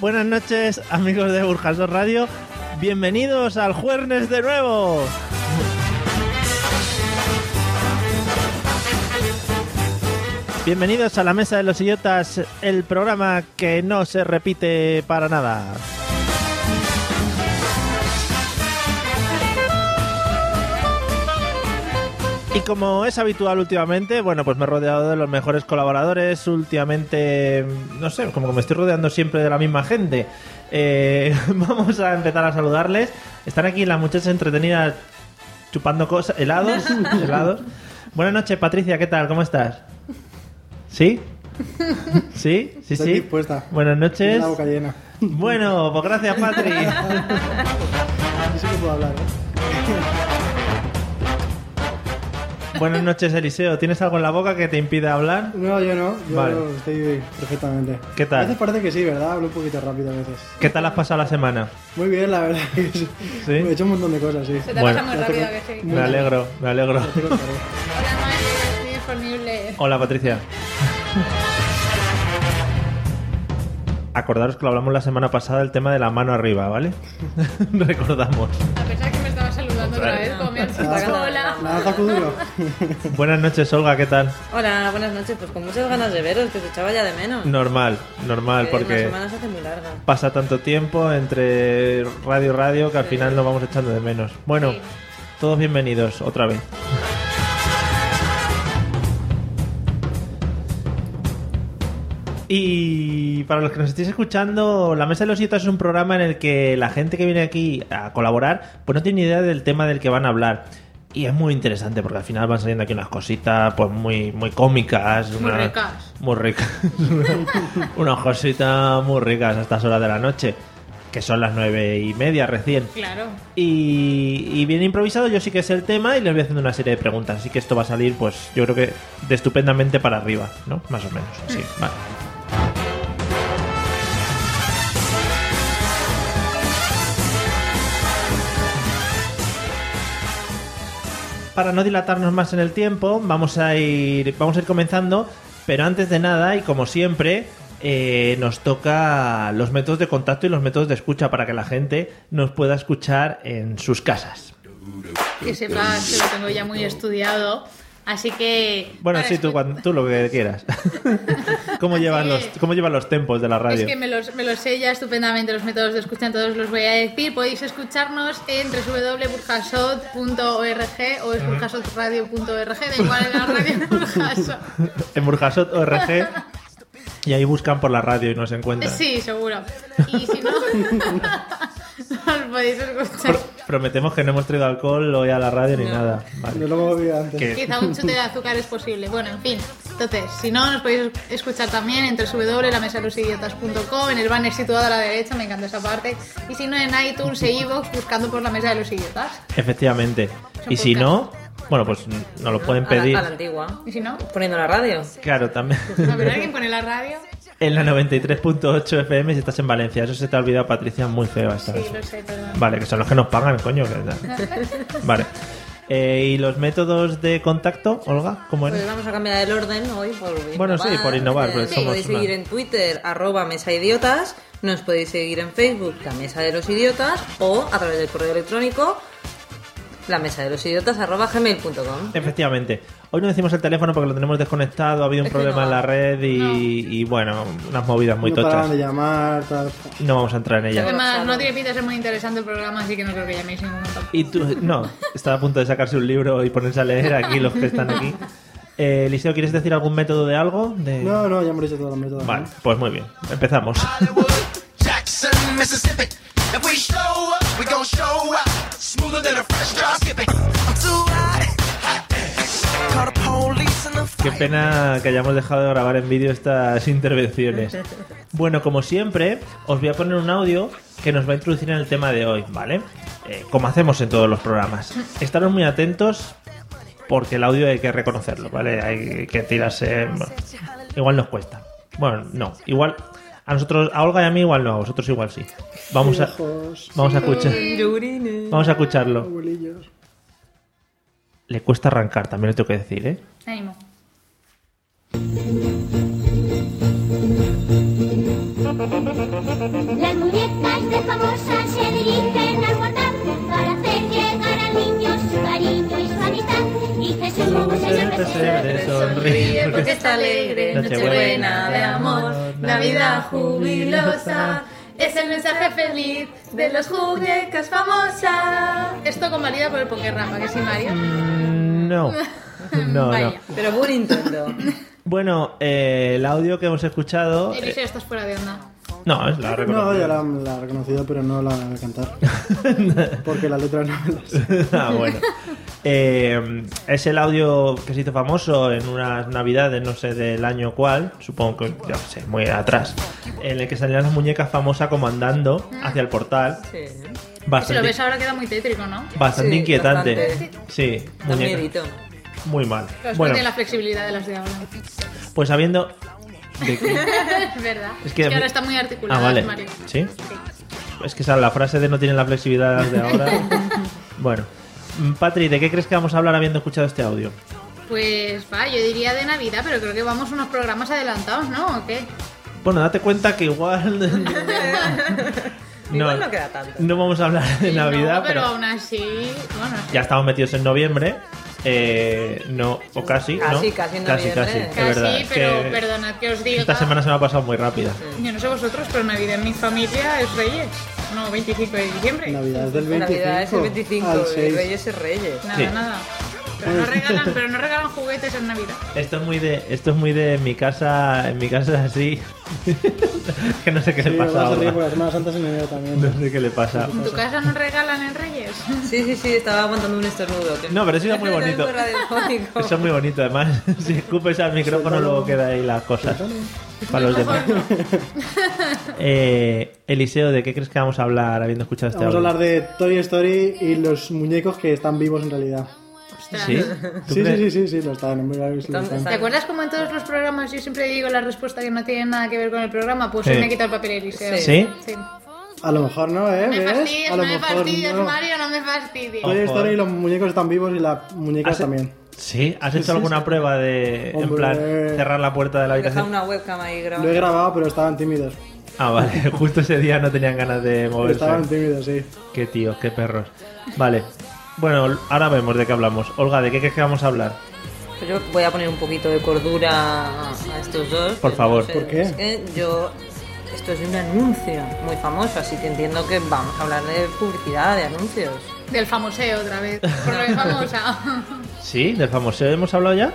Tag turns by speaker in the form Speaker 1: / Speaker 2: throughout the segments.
Speaker 1: Buenas noches, amigos de Burjasot Radio. Bienvenidos al Juernes de nuevo. Bienvenidos a la Mesa de los Idiotas, el programa que no se repite para nada. Y como es habitual últimamente, bueno, pues me he rodeado de los mejores colaboradores. Últimamente, no sé, como que me estoy rodeando siempre de la misma gente. Eh, vamos a empezar a saludarles. Están aquí las muchachas entretenidas chupando cosas, helados, helados. Buenas noches, Patricia, ¿qué tal? ¿Cómo estás? ¿Sí? ¿Sí? ¿Sí,
Speaker 2: Estoy
Speaker 1: sí?
Speaker 2: dispuesta.
Speaker 1: Buenas noches.
Speaker 2: Tiene la boca llena.
Speaker 1: Bueno, pues gracias, Patri.
Speaker 2: Yo sí que puedo hablar, ¿eh?
Speaker 1: Buenas noches, Eliseo. ¿Tienes algo en la boca que te impida hablar?
Speaker 2: No, yo no. Yo
Speaker 1: Vale.
Speaker 2: estoy perfectamente.
Speaker 1: ¿Qué tal?
Speaker 2: A veces parece que sí, ¿verdad? Hablo un poquito rápido a veces.
Speaker 1: ¿Qué tal has pasado la semana?
Speaker 2: Muy bien, la verdad. que sí.
Speaker 1: ¿Sí?
Speaker 2: He hecho un montón de cosas, sí.
Speaker 3: Se te
Speaker 1: Bueno.
Speaker 3: pasa muy rápido que sí.
Speaker 1: Me alegro, me alegro.
Speaker 2: Te contaré.
Speaker 3: Hola, Mario, estoy disponible.
Speaker 1: Hola Patricia. Acordaros que lo hablamos la semana pasada el tema de la mano arriba, ¿vale? Recordamos.
Speaker 3: A pesar que me estaba saludando otra vez, como me han dicho, hola.
Speaker 2: Nada, sacuduro.
Speaker 1: Buenas noches, Olga, ¿qué tal?
Speaker 4: Hola, buenas noches. Pues con muchas ganas de veros, que os echaba ya de menos.
Speaker 1: Normal, normal,
Speaker 4: Que La
Speaker 1: porque
Speaker 4: semana se hace muy larga.
Speaker 1: pasa tanto tiempo entre radio y radio que al final nos vamos echando de menos. Bueno,
Speaker 3: Sí.
Speaker 1: todos bienvenidos otra vez. Y para los que nos estéis escuchando, La Mesa de los Idiotas es un programa en el que la gente que viene aquí a colaborar, pues no tiene ni idea del tema del que van a hablar. Y es muy interesante porque al final van saliendo aquí unas cositas pues muy, muy cómicas.
Speaker 3: Muy
Speaker 1: una-
Speaker 3: ricas.
Speaker 1: Muy ricas. unas cositas muy ricas a estas horas de la noche, que son las nueve y media recién.
Speaker 3: Claro.
Speaker 1: Y, y bien improvisado, yo sí que sé el tema y les voy haciendo una serie de preguntas. Así que esto va a salir, pues yo creo que de estupendamente para arriba, ¿no? Más o menos. Sí,
Speaker 3: Mm.
Speaker 1: vale. Para no dilatarnos más en el tiempo, vamos a ir, vamos a ir comenzando. Pero antes de nada, y como siempre, eh, nos toca los métodos de contacto y los métodos de escucha para que la gente nos pueda escuchar en sus casas.
Speaker 3: Que sepas que lo tengo ya muy estudiado. Así que.
Speaker 1: Bueno,
Speaker 3: Ahora,
Speaker 1: sí,
Speaker 3: es
Speaker 1: tú,
Speaker 3: que-
Speaker 1: cuan- tú lo que quieras. ¿Cómo, llevan
Speaker 3: Sí.
Speaker 1: los, ¿Cómo llevan los tempos de la radio?
Speaker 3: Es que me los, me los sé ya estupendamente, los métodos de escucha, entonces los voy a decir. Podéis escucharnos en www.burjasot.org o es burjasotradio.org, da igual en la radio Burjasot.
Speaker 1: En burjasot.org y ahí buscan por la radio y nos encuentran.
Speaker 3: Sí, seguro. Y si no, os podéis escuchar.
Speaker 1: Pro- prometemos que no hemos traído alcohol hoy a la radio ni nada.
Speaker 2: Yo
Speaker 1: Vale.
Speaker 2: luego voy a antes.
Speaker 1: Que-
Speaker 3: Quizá un chute de azúcar es posible. Bueno, en fin. Entonces, si no, nos podéis escuchar también en www.lamesadelosidiotas.com, en el banner situado a la derecha, me encanta esa parte. Y si no, en iTunes e iVoox buscando por la mesa de los idiotas.
Speaker 1: Efectivamente. Y si no, bueno, pues nos lo pueden
Speaker 4: A la-
Speaker 1: pedir.
Speaker 4: A la, antigua.
Speaker 3: Y si no,
Speaker 4: Poniendo la radio.
Speaker 1: Claro, también.
Speaker 3: a ver, ¿alguien pone la radio?
Speaker 1: En la 93.8 FM si estás en Valencia. Eso se te ha olvidado, Patricia, muy feo. hasta
Speaker 3: Sí,
Speaker 1: eso.
Speaker 3: lo sé, perdón.
Speaker 1: Vale, que son los que nos pagan, coño. que- Vale. Eh, ¿Y los métodos de contacto, Olga? ¿Cómo
Speaker 4: Pues
Speaker 1: eran?
Speaker 4: vamos a cambiar el orden hoy por innovar.
Speaker 1: Bueno, sí, por innovar, pues
Speaker 4: Nos
Speaker 1: somos
Speaker 4: podéis
Speaker 1: una-
Speaker 4: seguir en Twitter, arroba Mesa Idiotas. Nos podéis seguir en Facebook, La Mesa de los Idiotas. O a través del correo electrónico, la mesa de los idiotas, arroba gmail.com.
Speaker 1: Efectivamente. Hoy no decimos el teléfono porque lo tenemos desconectado, ha habido un
Speaker 4: Es que
Speaker 1: problema
Speaker 4: no.
Speaker 1: en la red y,
Speaker 3: No.
Speaker 1: y, bueno, unas movidas muy
Speaker 2: no paraban de
Speaker 1: tochas.
Speaker 2: llamar, tal.
Speaker 1: No vamos a entrar en ella.
Speaker 3: Además, no tiene pinta de ser muy interesante el programa, así que no creo que llaméis ninguno tampoco.
Speaker 1: Y tú, no, está a punto de sacarse un libro y ponerse a leer aquí los que están aquí. Eh, Eliseo, ¿quieres decir algún método de algo? De-
Speaker 2: No, no, ya hemos dicho todos los métodos.
Speaker 1: Vale, pues muy bien, empezamos.
Speaker 5: Hollywood, Jackson, Mississippi. If we show up, we gon' show up. Smoother than a fresh drop skipping. I'm too hot. hot damn. Call the police and the
Speaker 1: Qué
Speaker 5: fire.
Speaker 1: pena que hayamos dejado de grabar en vídeo estas intervenciones. Bueno, como siempre, os voy a poner un audio que nos va a introducir en el tema de hoy, ¿vale? Eh, como hacemos en todos los programas. Estaros muy atentos porque el audio hay que reconocerlo, ¿vale? Hay que tirarse... bueno, igual nos cuesta. Bueno, no, igual... A nosotros, a Olga y a mí igual no, a vosotros igual sí. Vamos a,
Speaker 2: Viejos,
Speaker 1: vamos a escuchar, vamos a escucharlo.
Speaker 2: abuelillos.
Speaker 1: Le cuesta arrancar, también lo tengo que decir, ¿eh?
Speaker 3: Ánimo.
Speaker 6: Las muñecas de famosas se dirigen al guardar para hacer llegar al niño su cariño y su amistad. Y Jesús, Señor, que se
Speaker 1: sonríe
Speaker 4: porque está alegre,
Speaker 1: Nochebuena
Speaker 3: Nochebuena de amor, Navidad jubilosa. Es el mensaje feliz de los juguetes famosa. Esto con María por el Poker Rafa, que sí, Mario.
Speaker 1: Eh, Mm, No. No, no.
Speaker 3: Vaya.
Speaker 4: Pero por Nintendo.
Speaker 1: Bueno, eh, el audio que hemos escuchado. eh,
Speaker 3: Eliseo, estás fuera de onda.
Speaker 1: no, es la
Speaker 2: No, ya
Speaker 1: reconozco.
Speaker 2: la, la he reconocido, pero no la voy a cantar. Porque la letra no me la sé.
Speaker 1: Ah, bueno. Eh, es el audio que se hizo famoso en unas navidades, no sé del año cuál, supongo que, yo no sé, muy atrás, en el que salían las muñecas famosas como andando hacia el portal.
Speaker 4: Sí.
Speaker 3: Si lo
Speaker 1: Bastante,
Speaker 3: ves ahora queda muy tétrico, ¿no?
Speaker 1: bastante
Speaker 4: Sí,
Speaker 1: inquietante.
Speaker 4: bastante.
Speaker 1: Sí,
Speaker 4: Da
Speaker 1: muñeca.
Speaker 4: miedito.
Speaker 1: Muy mal.
Speaker 3: Los
Speaker 1: Bueno,
Speaker 3: tiene la flexibilidad de los de ahora.
Speaker 1: pues habiendo. ¿De qué?
Speaker 3: Es verdad.
Speaker 1: Es
Speaker 3: Es
Speaker 1: que-
Speaker 3: que, ahora está muy articulado,
Speaker 1: Ah, vale.
Speaker 3: Mario.
Speaker 1: ¿Sí? Es que esa, la frase de no tienen la flexibilidad de ahora. bueno. Mm, Patri, ¿de qué crees que vamos a hablar habiendo escuchado este audio?
Speaker 3: Pues va, yo diría de Navidad, pero creo que vamos unos programas adelantados, ¿no? ¿O qué?
Speaker 1: Bueno, date cuenta que igual...
Speaker 4: Igual no queda tanto.
Speaker 1: no vamos a hablar de
Speaker 3: Sí,
Speaker 1: Navidad,
Speaker 3: no,
Speaker 1: pero,
Speaker 3: pero... aún así, bueno,
Speaker 1: ya estamos metidos en noviembre. Eh, no, o casi,
Speaker 4: Casi,
Speaker 1: ¿no?
Speaker 4: casi en
Speaker 1: Casi,
Speaker 4: noviembre.
Speaker 1: casi, es
Speaker 3: casi,
Speaker 1: verdad, es
Speaker 3: pero
Speaker 1: que
Speaker 3: perdonad que os diga.
Speaker 1: Esta semana se me ha pasado muy rápida.
Speaker 3: Yo no sé vosotros, pero Navidad en mi familia es Reyes. No, 25 de diciembre.
Speaker 2: Navidad es del 25.
Speaker 4: Navidad es el 25,
Speaker 2: al
Speaker 4: y
Speaker 2: 6.
Speaker 4: Reyes es Reyes.
Speaker 3: Nada,
Speaker 1: Sí.
Speaker 3: nada. Pero no, regalan, pero no regalan juguetes en Navidad.
Speaker 1: Esto es muy de, esto es muy de mi casa, en mi casa así. que no sé qué
Speaker 2: Sí,
Speaker 1: le
Speaker 2: vamos
Speaker 1: pasa
Speaker 2: a salir
Speaker 1: ahora.
Speaker 2: por la Semana Santa en enero
Speaker 1: No
Speaker 2: también.
Speaker 1: sé qué le pasa.
Speaker 3: ¿En tu casa no regalan en Reyes?
Speaker 4: Sí, sí, sí, estaba aguantando un estornudo.
Speaker 1: No, pero eso era muy bonito.
Speaker 4: Fue radiofónico.
Speaker 1: Eso es muy bonito, además. Si escupes al micrófono, luego queda ahí las cosas. Para los demás. Eh, Eliseo, ¿de qué crees que vamos a hablar habiendo escuchado este
Speaker 2: Vamos a
Speaker 1: audio?
Speaker 2: hablar de Toy Story y los muñecos que están vivos en realidad.
Speaker 3: Ostras.
Speaker 1: ¿Sí?
Speaker 2: Sí,
Speaker 1: ¿Tú
Speaker 2: sí,
Speaker 1: crees?
Speaker 2: sí, sí, sí, lo están. hombre, claro que sí, lo
Speaker 4: Están-
Speaker 2: están.
Speaker 3: ¿Te acuerdas como en todos los programas yo siempre digo la respuesta que no tiene nada que ver con el programa? Pues
Speaker 1: Sí.
Speaker 3: hoy me ha quitado el papel Eliseo.
Speaker 4: Sí.
Speaker 1: ¿Sí?
Speaker 2: A lo mejor no, ¿eh?
Speaker 3: No me
Speaker 2: ¿Ves?
Speaker 3: fastidies,
Speaker 2: A
Speaker 3: no
Speaker 2: lo
Speaker 3: me
Speaker 2: mejor
Speaker 3: fastidies,
Speaker 2: no.
Speaker 3: Mario, no me fastidies.
Speaker 1: Ojo,
Speaker 2: Toy Story
Speaker 1: eh.
Speaker 2: y los muñecos están vivos y las muñecas
Speaker 1: Hace-
Speaker 2: también.
Speaker 1: ¿Sí? ¿Has hecho alguna prueba de, en
Speaker 2: Hombre.
Speaker 1: plan, cerrar la puerta de la
Speaker 4: Deja
Speaker 1: habitación?
Speaker 4: una webcam ahí
Speaker 2: Lo he
Speaker 4: grabando.
Speaker 2: grabado, pero estaban tímidos.
Speaker 1: Ah, vale. Justo ese día no tenían ganas de moverse.
Speaker 2: Estaban tímidos, sí.
Speaker 1: Qué tíos, qué perros. Vale. Bueno, ahora vemos de qué hablamos. Olga, ¿de qué crees que vamos a hablar?
Speaker 4: Pues Yo voy a poner un poquito de cordura a a estos dos.
Speaker 1: Por favor.
Speaker 4: No sé,
Speaker 2: ¿Por qué?
Speaker 4: Es que yo. Esto es un anuncio muy famoso, así que entiendo que vamos a hablar de publicidad, de anuncios.
Speaker 3: Del famoseo otra vez. Por lo que es famosa.
Speaker 1: ¿Sí? ¿Del famoso hemos hablado ya?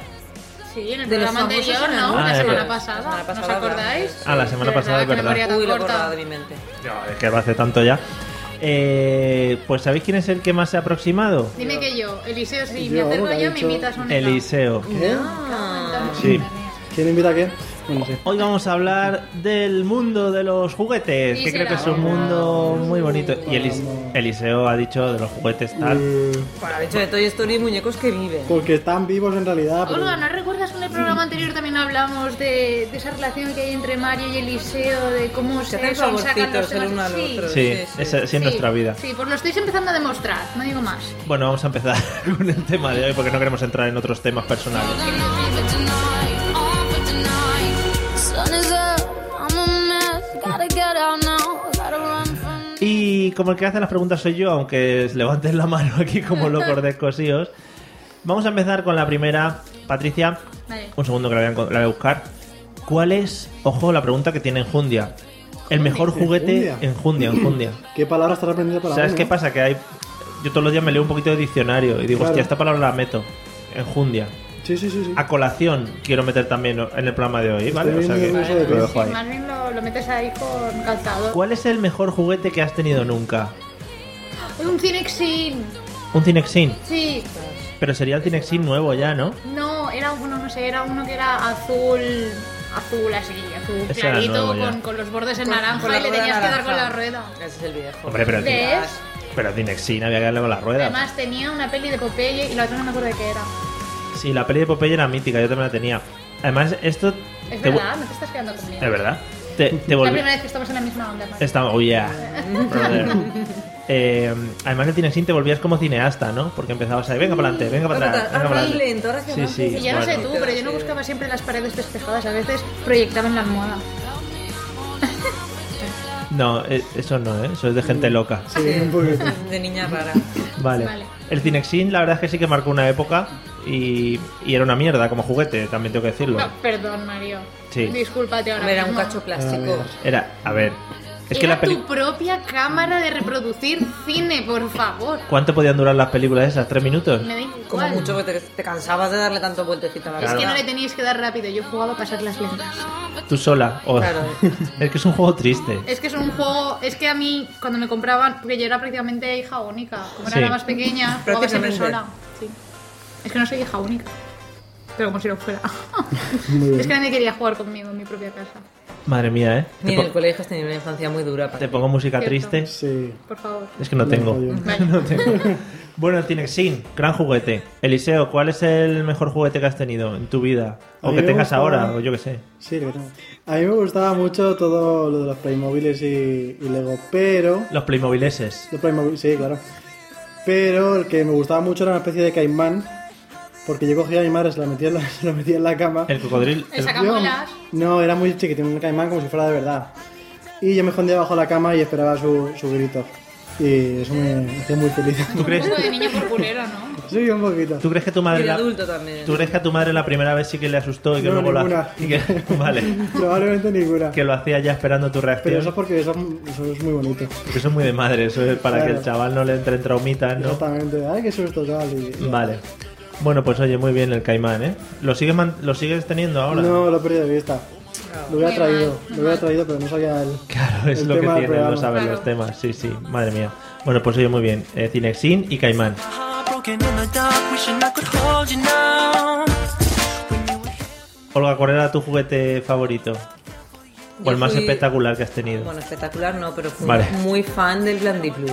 Speaker 3: Sí, en el
Speaker 4: De los
Speaker 3: programa
Speaker 4: famosos
Speaker 3: anterior,
Speaker 4: en
Speaker 3: ¿no?
Speaker 1: el- Ah,
Speaker 3: la,
Speaker 1: es
Speaker 3: semana
Speaker 1: verdad.
Speaker 3: pasada.
Speaker 4: La semana
Speaker 3: ¿Nos
Speaker 4: pasada
Speaker 3: acordáis?
Speaker 4: hablamos.
Speaker 1: Ah, la semana
Speaker 3: De
Speaker 1: pasada, es
Speaker 3: que
Speaker 1: verdad.
Speaker 3: memoria tan
Speaker 4: Uy, lo he
Speaker 3: corta.
Speaker 4: borrado de mi mente.
Speaker 1: No, es que va hace tanto ya. Eh, pues ¿sabéis quién es el que más se ha aproximado?
Speaker 3: Dime que yo, Eliseo, si
Speaker 2: Yo,
Speaker 3: me acerco
Speaker 2: lo que ha
Speaker 3: yo, me
Speaker 2: dicho
Speaker 3: invitas a un
Speaker 1: Eliseo.
Speaker 2: ¿Qué?
Speaker 3: Ah,
Speaker 4: Ah.
Speaker 1: Sí.
Speaker 2: ¿Quién invita a quién? Bueno, sí.
Speaker 1: Hoy vamos a hablar del mundo de los juguetes,
Speaker 3: Y
Speaker 1: que creo que es un
Speaker 3: será.
Speaker 1: mundo muy bonito. Y Elis- Eliseo ha dicho de los juguetes tal.
Speaker 2: Eh,
Speaker 4: Bueno, ha dicho de Toy Story muñecos que viven.
Speaker 2: Porque están vivos en realidad. pero-
Speaker 3: Olga, ¿no recuerdas en el programa programa anterior también hablamos de, de esa relación que hay entre Mario y Eliseo, de cómo
Speaker 4: Se
Speaker 3: se,
Speaker 4: hacen
Speaker 3: son sacan los
Speaker 4: favorcitos el
Speaker 3: temas.
Speaker 4: uno al
Speaker 3: Sí,
Speaker 4: otro.
Speaker 1: Sí,
Speaker 4: Sí, sí.
Speaker 1: esa- sí, es nuestra vida.
Speaker 3: Sí, pues lo estáis empezando a demostrar, no digo más.
Speaker 1: Bueno, vamos a empezar con el tema de hoy porque no queremos entrar en otros temas personales. Y como el que hace las preguntas soy yo, aunque levantes la mano aquí como locos descosíos, vamos a empezar con la primera. Patricia,
Speaker 3: Vale.
Speaker 1: un segundo que la voy a, encon- la voy a buscar. ¿Cuál es, ojo, la pregunta que tiene Enjundia? El mejor juguete
Speaker 2: Enjundia.
Speaker 1: Enjundia, Enjundia.
Speaker 2: ¿Qué palabra estará aprendiendo para
Speaker 1: ¿Sabes
Speaker 2: hoy,
Speaker 1: qué
Speaker 2: no?
Speaker 1: pasa? Que hay. Yo todos los días me leo un poquito de diccionario y digo,
Speaker 2: Claro.
Speaker 1: hostia, esta palabra la meto. Enjundia.
Speaker 2: Sí, sí, sí. sí.
Speaker 1: A colación quiero meter también en el programa de hoy, ¿vale?
Speaker 2: Estoy
Speaker 1: O sea
Speaker 2: viendo
Speaker 1: que-
Speaker 2: eso de
Speaker 1: lo
Speaker 2: todo.
Speaker 1: dejo ahí.
Speaker 3: Más bien lo, lo metes ahí con calzador.
Speaker 1: ¿Cuál es el mejor juguete que has tenido nunca?
Speaker 3: Un Cinexin.
Speaker 1: Un Cinexin.
Speaker 3: Sí.
Speaker 1: Pero sería el Cinexin nuevo ya, ¿no?
Speaker 3: No, era uno, no sé, era uno que era azul, azul así, azul
Speaker 1: Ese era
Speaker 3: clarito,
Speaker 1: nuevo ya.
Speaker 3: con, con los bordes en
Speaker 4: Con-
Speaker 3: naranja
Speaker 4: con la
Speaker 3: y le
Speaker 4: rueda
Speaker 3: tenías que dar con la
Speaker 4: naranja.
Speaker 3: rueda.
Speaker 4: Ese es el viejo.
Speaker 1: Hombre, pero-
Speaker 3: ¿Ves?
Speaker 1: Pero Cinexin había que darle con la rueda.
Speaker 3: Además tenía una peli de Popeye y la otra no me acuerdo de qué era.
Speaker 1: Sí, la peli de Popeye era mítica, yo también la tenía. Además, esto.
Speaker 3: Es
Speaker 1: te vu-
Speaker 3: verdad, no te estás quedando conmigo.
Speaker 1: Es verdad. Te, te
Speaker 3: Es la
Speaker 1: volví-
Speaker 3: primera vez que estamos en la misma onda. Mario.
Speaker 1: Está, oh yeah. Brother. Eh, además de Cinexin te volvías como cineasta, ¿no? Porque empezabas ahí, venga para adelante, venga para atrás, venga para
Speaker 4: Ah, más
Speaker 1: adelante.
Speaker 4: lento, ahora que
Speaker 1: Sí,
Speaker 4: más
Speaker 1: sí.
Speaker 3: Y yo no sé
Speaker 1: bueno.
Speaker 3: tú, pero yo no buscaba siempre las paredes despejadas, a veces proyectaba en la almohada.
Speaker 1: No, eh, eso no, ¿eh? eso es de gente loca.
Speaker 2: Sí, un poquito.
Speaker 4: De niña rara.
Speaker 1: Vale.
Speaker 3: Mm. Vale.
Speaker 1: El Cinexin, la verdad es que sí que marcó una época y, y era una mierda como juguete, también tengo que decirlo.
Speaker 3: No, perdón, Mario.
Speaker 1: Sí.
Speaker 3: Discúlpate ahora.
Speaker 4: Hombre, era un
Speaker 3: mismo.
Speaker 4: cacho plástico.
Speaker 1: Era, a ver, es que
Speaker 3: era
Speaker 1: la peli...
Speaker 3: tu propia cámara de reproducir cine, por favor.
Speaker 1: ¿Cuánto podían durar las películas esas? ¿Tres minutos?
Speaker 3: Me da
Speaker 4: Como
Speaker 3: igual.
Speaker 4: mucho que te, te cansabas de darle tanto vueltecita a la
Speaker 3: Es que no
Speaker 4: rueda.
Speaker 3: le teníais que dar rápido, yo jugaba a pasar las lentas.
Speaker 1: Tú sola. o-
Speaker 4: Claro.
Speaker 1: es que es un juego triste.
Speaker 3: Es que es un juego, es que a mí cuando me compraban, porque yo era prácticamente hija única, como era
Speaker 1: Sí.
Speaker 3: la más pequeña, jugaba siempre
Speaker 4: Prácticamente.
Speaker 3: sola. Sí. Es que no soy hija única, pero como si lo fuera.
Speaker 2: Muy bien.
Speaker 3: es que nadie quería jugar conmigo en mi propia casa.
Speaker 1: Madre mía, ¿eh?
Speaker 4: Ni
Speaker 1: Te,
Speaker 4: en
Speaker 1: po-
Speaker 4: el colegio has tenido una infancia muy dura. para
Speaker 1: te
Speaker 4: ti.
Speaker 1: pongo música
Speaker 3: Cierto.
Speaker 1: triste.
Speaker 2: Sí.
Speaker 3: Por favor.
Speaker 1: Es que no
Speaker 2: No,
Speaker 1: tengo.
Speaker 2: no,
Speaker 3: yo.
Speaker 1: No tengo. Bueno, el Cinexin, gran juguete. Eliseo, ¿cuál es el mejor juguete que has tenido en tu vida?
Speaker 2: A
Speaker 1: O
Speaker 2: mí
Speaker 1: que
Speaker 2: me
Speaker 1: tengas
Speaker 2: gustaba-
Speaker 1: ahora, o yo qué sé.
Speaker 2: Sí, que tengo. A mí me gustaba mucho todo lo de los Playmobiles y, y Lego, pero.
Speaker 1: Los Playmobileses.
Speaker 2: Los Playmobil, sí, claro. Pero el que me gustaba mucho era una especie de caimán, porque yo cogía a mi madre, se la metía en la, se la, metía en la cama.
Speaker 1: El cocodrilo.
Speaker 3: El
Speaker 2: Yo-
Speaker 3: sacamuelas.
Speaker 2: no, era muy chiquitín, un caimán como si fuera de verdad. Y yo me escondía bajo la cama y esperaba su, su grito. Y eso me hacía muy feliz.
Speaker 1: ¿Tú crees,
Speaker 3: Un poco de niño purpurero, ¿no?
Speaker 2: Sí, un poquito.
Speaker 1: ¿Tú crees que tu madre
Speaker 4: Y de
Speaker 1: la,
Speaker 4: adulto también.
Speaker 1: ¿Tú crees que a tu madre la primera vez sí que le asustó y que
Speaker 2: No,
Speaker 1: luego la-
Speaker 2: ninguna.
Speaker 1: y que- vale.
Speaker 2: Probablemente ninguna.
Speaker 1: Que lo hacía ya esperando tu reacción.
Speaker 2: Pero eso es porque eso, eso es muy bonito.
Speaker 1: Porque eso es muy de madre, eso es para
Speaker 2: Claro.
Speaker 1: que el chaval no le entre en traumitas, ¿no?
Speaker 2: Exactamente. Ay, qué susto, chaval. y- y-
Speaker 1: Vale. Bueno, pues oye, muy bien el caimán, ¿eh? ¿Lo sigues, man- lo sigues teniendo ahora?
Speaker 2: No, lo he perdido de vista. Lo
Speaker 3: Muy
Speaker 2: hubiera traído,
Speaker 3: mal, muy
Speaker 2: lo hubiera
Speaker 3: mal.
Speaker 2: traído, pero no sabía el.
Speaker 1: Claro, es
Speaker 2: el
Speaker 1: lo que
Speaker 2: tema del
Speaker 1: tiene, lo
Speaker 2: programa.
Speaker 1: saben
Speaker 3: Claro.
Speaker 1: los temas, sí, sí, madre mía. Bueno, pues oye, muy bien. Eh, Cinexin y Caimán. Olga, ¿cuál era tu juguete favorito? ¿O
Speaker 4: Yo
Speaker 1: el más
Speaker 4: fui-
Speaker 1: espectacular que has tenido?
Speaker 4: Bueno, espectacular no, pero fui
Speaker 1: Vale.
Speaker 4: muy fan del Blandiplus.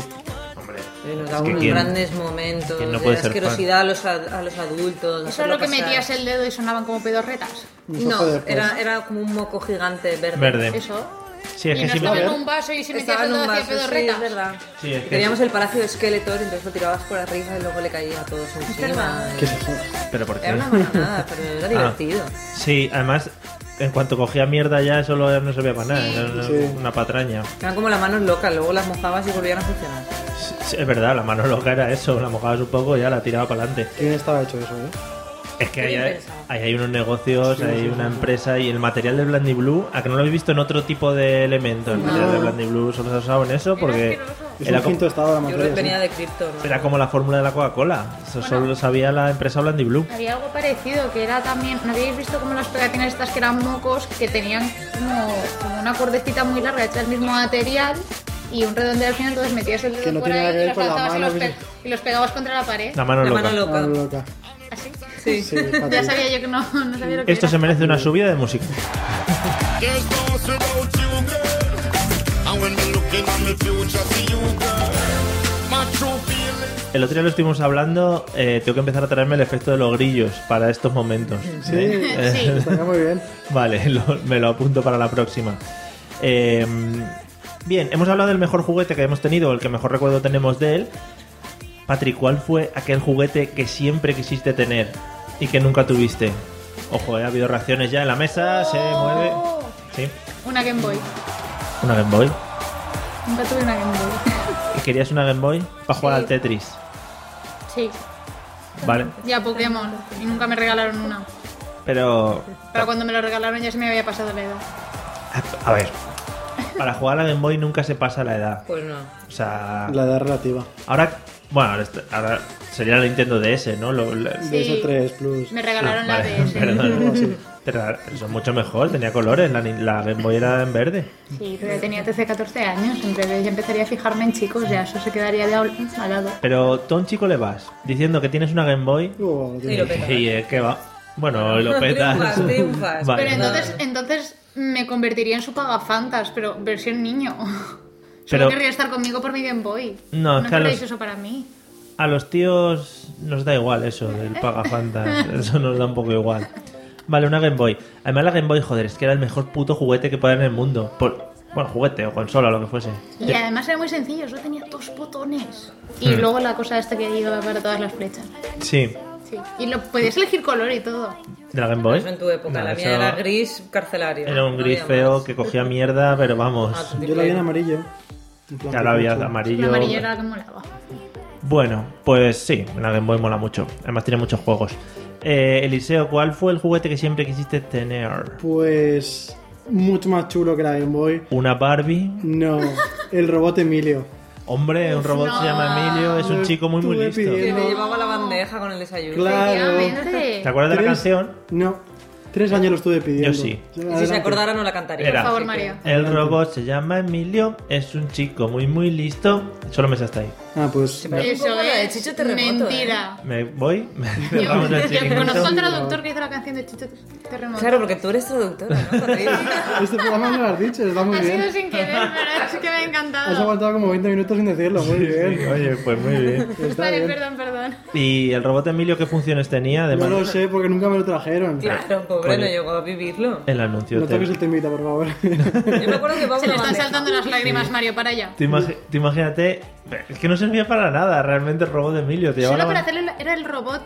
Speaker 1: Hombre,
Speaker 4: Eh, Nos
Speaker 1: es
Speaker 4: daba
Speaker 1: que
Speaker 4: unos
Speaker 1: quién-
Speaker 4: grandes momentos
Speaker 1: quién no
Speaker 4: de
Speaker 1: puede ser
Speaker 4: asquerosidad a los, a, a los adultos.
Speaker 3: Eso es
Speaker 4: hacerlo
Speaker 3: lo que
Speaker 4: pasar.
Speaker 3: metías el dedo y sonaban como pedorretas.
Speaker 2: Eso
Speaker 4: No,
Speaker 2: fue después.
Speaker 4: era, era como un moco gigante verde.
Speaker 1: Verde.
Speaker 3: Eso.
Speaker 1: Sí, es
Speaker 3: y
Speaker 1: que
Speaker 3: no
Speaker 1: sí me-
Speaker 3: estaba en un vaso y si metías
Speaker 4: Estaba
Speaker 3: el
Speaker 4: en
Speaker 3: dedo
Speaker 4: un
Speaker 3: hacía
Speaker 4: vaso, sí, es
Speaker 3: pedorretas.
Speaker 4: verdad.
Speaker 1: Sí, es que
Speaker 4: Teníamos el palacio de Skeletor, entonces lo tirabas por arriba y luego le caía a todos encima.
Speaker 3: verdad.
Speaker 2: Que se joda.
Speaker 1: Pero ¿por qué?
Speaker 4: Era una manada, pero
Speaker 1: Ah.
Speaker 4: era divertido.
Speaker 1: Sí, además, en cuanto cogía mierda ya, eso lo- no servía para nada,
Speaker 3: Sí.
Speaker 1: era una,
Speaker 2: Sí.
Speaker 1: una patraña.
Speaker 4: Eran como las manos locas, luego las mojabas y volvían a funcionar.
Speaker 1: Sí, sí, es verdad, la mano loca era eso, la mojabas un poco y ya la tiraba para adelante.
Speaker 2: ¿Quién estaba hecho eso, eh?
Speaker 1: Es que
Speaker 4: Qué
Speaker 1: ahí,
Speaker 4: bien
Speaker 1: hay-
Speaker 4: pensado.
Speaker 1: ahí hay unos negocios, hay una empresa y el material de Blandy Blue, a que no lo habéis visto en otro tipo de elemento, el material de Blandy Blue solo se ha usado en eso porque
Speaker 2: Es
Speaker 1: era
Speaker 2: un
Speaker 1: como,
Speaker 2: quinto estado de la
Speaker 4: Yo
Speaker 2: materia.
Speaker 4: creo que
Speaker 2: sí.
Speaker 4: venía de Krypton. ¿no?
Speaker 1: era como la fórmula de la Coca-Cola, eso solo lo sabía la empresa Blandy Blue.
Speaker 3: Había algo parecido, que era también, ¿no habéis visto como las pegatinas estas que eran mocos, que tenían como, como una cordecita muy larga hecha del mismo material y un redondeo al final, entonces metías el
Speaker 2: Que
Speaker 3: dedo
Speaker 2: no
Speaker 3: por
Speaker 2: tenía que
Speaker 3: ahí y
Speaker 2: ver
Speaker 3: los,
Speaker 2: con la
Speaker 3: lanzabas y,
Speaker 2: mano,
Speaker 3: los pe-
Speaker 2: que
Speaker 3: y los pegabas contra la pared,
Speaker 1: La mano
Speaker 4: La
Speaker 1: loca.
Speaker 4: mano
Speaker 2: Ah,
Speaker 4: loca.
Speaker 2: loca.
Speaker 3: así.
Speaker 4: Sí.
Speaker 2: Sí,
Speaker 3: Ya
Speaker 2: fatal.
Speaker 3: sabía yo que no, no sabía lo que
Speaker 1: Esto
Speaker 3: era.
Speaker 1: se merece una subida de música.
Speaker 5: There's thoughts about you, girl. And when you're looking at me future, see you, girl. My true feelings.
Speaker 1: El otro día lo estuvimos hablando, eh, tengo que empezar a traerme el efecto de los grillos para estos momentos.
Speaker 2: Sí,
Speaker 1: ¿eh?
Speaker 3: Sí.
Speaker 2: estaría muy bien.
Speaker 1: Vale, lo- me lo apunto para la próxima. Eh, bien, hemos hablado del mejor juguete que hemos tenido, el que mejor recuerdo tenemos de él. Patrick, ¿cuál fue aquel juguete que siempre quisiste tener y que nunca tuviste? Ojo, eh, ha habido reacciones ya en la mesa, se mueve. Sí,
Speaker 3: Una Game Boy.
Speaker 1: una Game Boy.
Speaker 3: Nunca tuve una Game Boy.
Speaker 1: ¿Y ¿Querías una Game Boy? Para jugar
Speaker 3: Sí.
Speaker 1: al Tetris.
Speaker 3: Sí.
Speaker 1: Vale,
Speaker 3: Y a Pokémon. Y nunca me regalaron una.
Speaker 1: pero.
Speaker 3: Pero cuando me lo regalaron ya se me había pasado la edad.
Speaker 1: A ver. Para jugar a la Game Boy nunca se pasa la edad.
Speaker 4: Pues no.
Speaker 1: O sea.
Speaker 2: La edad relativa.
Speaker 1: Ahora, bueno, ahora, está- ahora sería la Nintendo DS, ¿no? Lo- la-
Speaker 3: Sí.
Speaker 2: DS3 Plus.
Speaker 3: Me regalaron
Speaker 1: Ah,
Speaker 3: la
Speaker 1: vale,
Speaker 3: DS.
Speaker 1: perdón. Pero eso es mucho mejor, tenía colores, la, ni- la Game Boy era en verde.
Speaker 3: Sí, pero yo tenía 13, 14 años. Entonces ya empezaría a fijarme en chicos. Ya eso se quedaría de al al lado.
Speaker 1: Pero tú a un chico le vas diciendo que tienes una Game Boy
Speaker 2: Oh, Dios
Speaker 4: Y
Speaker 2: mío.
Speaker 4: lo petas.
Speaker 1: y eh, ¿qué va? Bueno, lo
Speaker 4: Triunfas,
Speaker 1: petas.
Speaker 3: ¿eh?
Speaker 4: triunfas.
Speaker 1: Vale.
Speaker 3: Pero entonces, entonces me convertiría en su pagafantas, pero versión niño. Solo
Speaker 1: Pero-
Speaker 3: querría estar conmigo por mi Game Boy.
Speaker 1: No, es
Speaker 3: no
Speaker 1: que a los-
Speaker 3: queréis eso para mí.
Speaker 1: A los tíos nos da igual eso, el pagafantas, eso nos da un poco igual. Vale, una Game Boy. Además la Game Boy, joder, es que era el mejor puto juguete que puede haber en el mundo. Por, bueno, juguete o consola, lo que fuese.
Speaker 3: Y además era muy sencillo, solo tenía dos botones. Y
Speaker 1: Hmm.
Speaker 3: luego la cosa esta que iba para todas las flechas.
Speaker 1: Sí,
Speaker 3: Sí. Y lo podías elegir color y todo.
Speaker 1: de la Game Boy.
Speaker 4: Eso en tu época.
Speaker 1: No,
Speaker 4: la
Speaker 1: eso
Speaker 4: mía era gris carcelario.
Speaker 1: Era un
Speaker 4: No
Speaker 1: gris
Speaker 4: había
Speaker 1: feo
Speaker 4: más.
Speaker 1: que cogía mierda, pero
Speaker 4: Ah,
Speaker 1: vamos.
Speaker 2: Yo la vi en amarillo. En plan
Speaker 1: Ya lo había
Speaker 2: Pikachu.
Speaker 3: La
Speaker 1: amarillo.
Speaker 3: amarilla era la que molaba.
Speaker 1: Bueno, pues sí, la Game Boy mola mucho. Además tiene muchos juegos. Eh, Eliseo, ¿cuál fue el juguete que siempre quisiste tener?
Speaker 2: Pues mucho más chulo que la Game Boy.
Speaker 1: ¿Una Barbie?
Speaker 2: No, el robot Emilio.
Speaker 1: Hombre, un robot se llama Emilio, es un
Speaker 2: Lo
Speaker 1: chico muy muy
Speaker 2: estuve
Speaker 1: listo.
Speaker 4: Que
Speaker 2: pidiendo.
Speaker 4: le llevaba la bandeja con el desayuno.
Speaker 2: Claro.
Speaker 3: Efectivamente.
Speaker 1: ¿Te acuerdas de la
Speaker 2: Tres-
Speaker 1: canción?
Speaker 2: No, tres años lo estuve pidiendo.
Speaker 1: Yo sí.
Speaker 4: Y si se
Speaker 2: Adelante.
Speaker 4: acordara no la cantaría.
Speaker 1: Era.
Speaker 3: Por favor,
Speaker 4: Sí,
Speaker 3: Mario.
Speaker 1: El robot se llama Emilio, es un chico muy muy listo. Solo me sé hasta ahí.
Speaker 2: Ah, pues
Speaker 4: pero- Es un
Speaker 3: Eso
Speaker 4: poco la de
Speaker 3: es
Speaker 4: Chicho Terremoto, ¿eh?
Speaker 3: mentira.
Speaker 1: Me voy, me
Speaker 3: Yo,
Speaker 1: cerramos el
Speaker 3: yo conozco al
Speaker 1: chiringuito.
Speaker 3: traductor que hizo la canción de Chicho Terremoto.
Speaker 4: Claro, porque tú eres traductora, ¿no? Cuando dices-
Speaker 2: este programa no lo has dicho, está muy
Speaker 3: ha sido
Speaker 2: bien.
Speaker 3: sin querer, pero es que me ha
Speaker 2: Has
Speaker 3: encantado.
Speaker 2: aguantado como 20 minutos sin decirlo, muy
Speaker 1: Sí,
Speaker 2: bien.
Speaker 1: Oye, pues muy bien.
Speaker 2: Está
Speaker 3: Vale,
Speaker 2: bien.
Speaker 3: perdón, perdón.
Speaker 1: ¿Y el robot Emilio qué funciones tenía?
Speaker 2: No
Speaker 1: Además,
Speaker 2: lo sé porque nunca me lo trajeron.
Speaker 4: Claro, pobre, no llegó a vivirlo.
Speaker 1: el anuncio.
Speaker 2: No
Speaker 1: te-
Speaker 2: toques el temita, por favor.
Speaker 4: Yo me acuerdo que llevaba
Speaker 3: Se le están
Speaker 4: una bandeja.
Speaker 3: saltando las lágrimas, Mario, para allá.
Speaker 1: Tú, imagi- tú imagínate, es que no servía para nada realmente el robot de Emilio. Te llevaba
Speaker 3: Solo
Speaker 1: la-
Speaker 3: para hacerle la- era el robot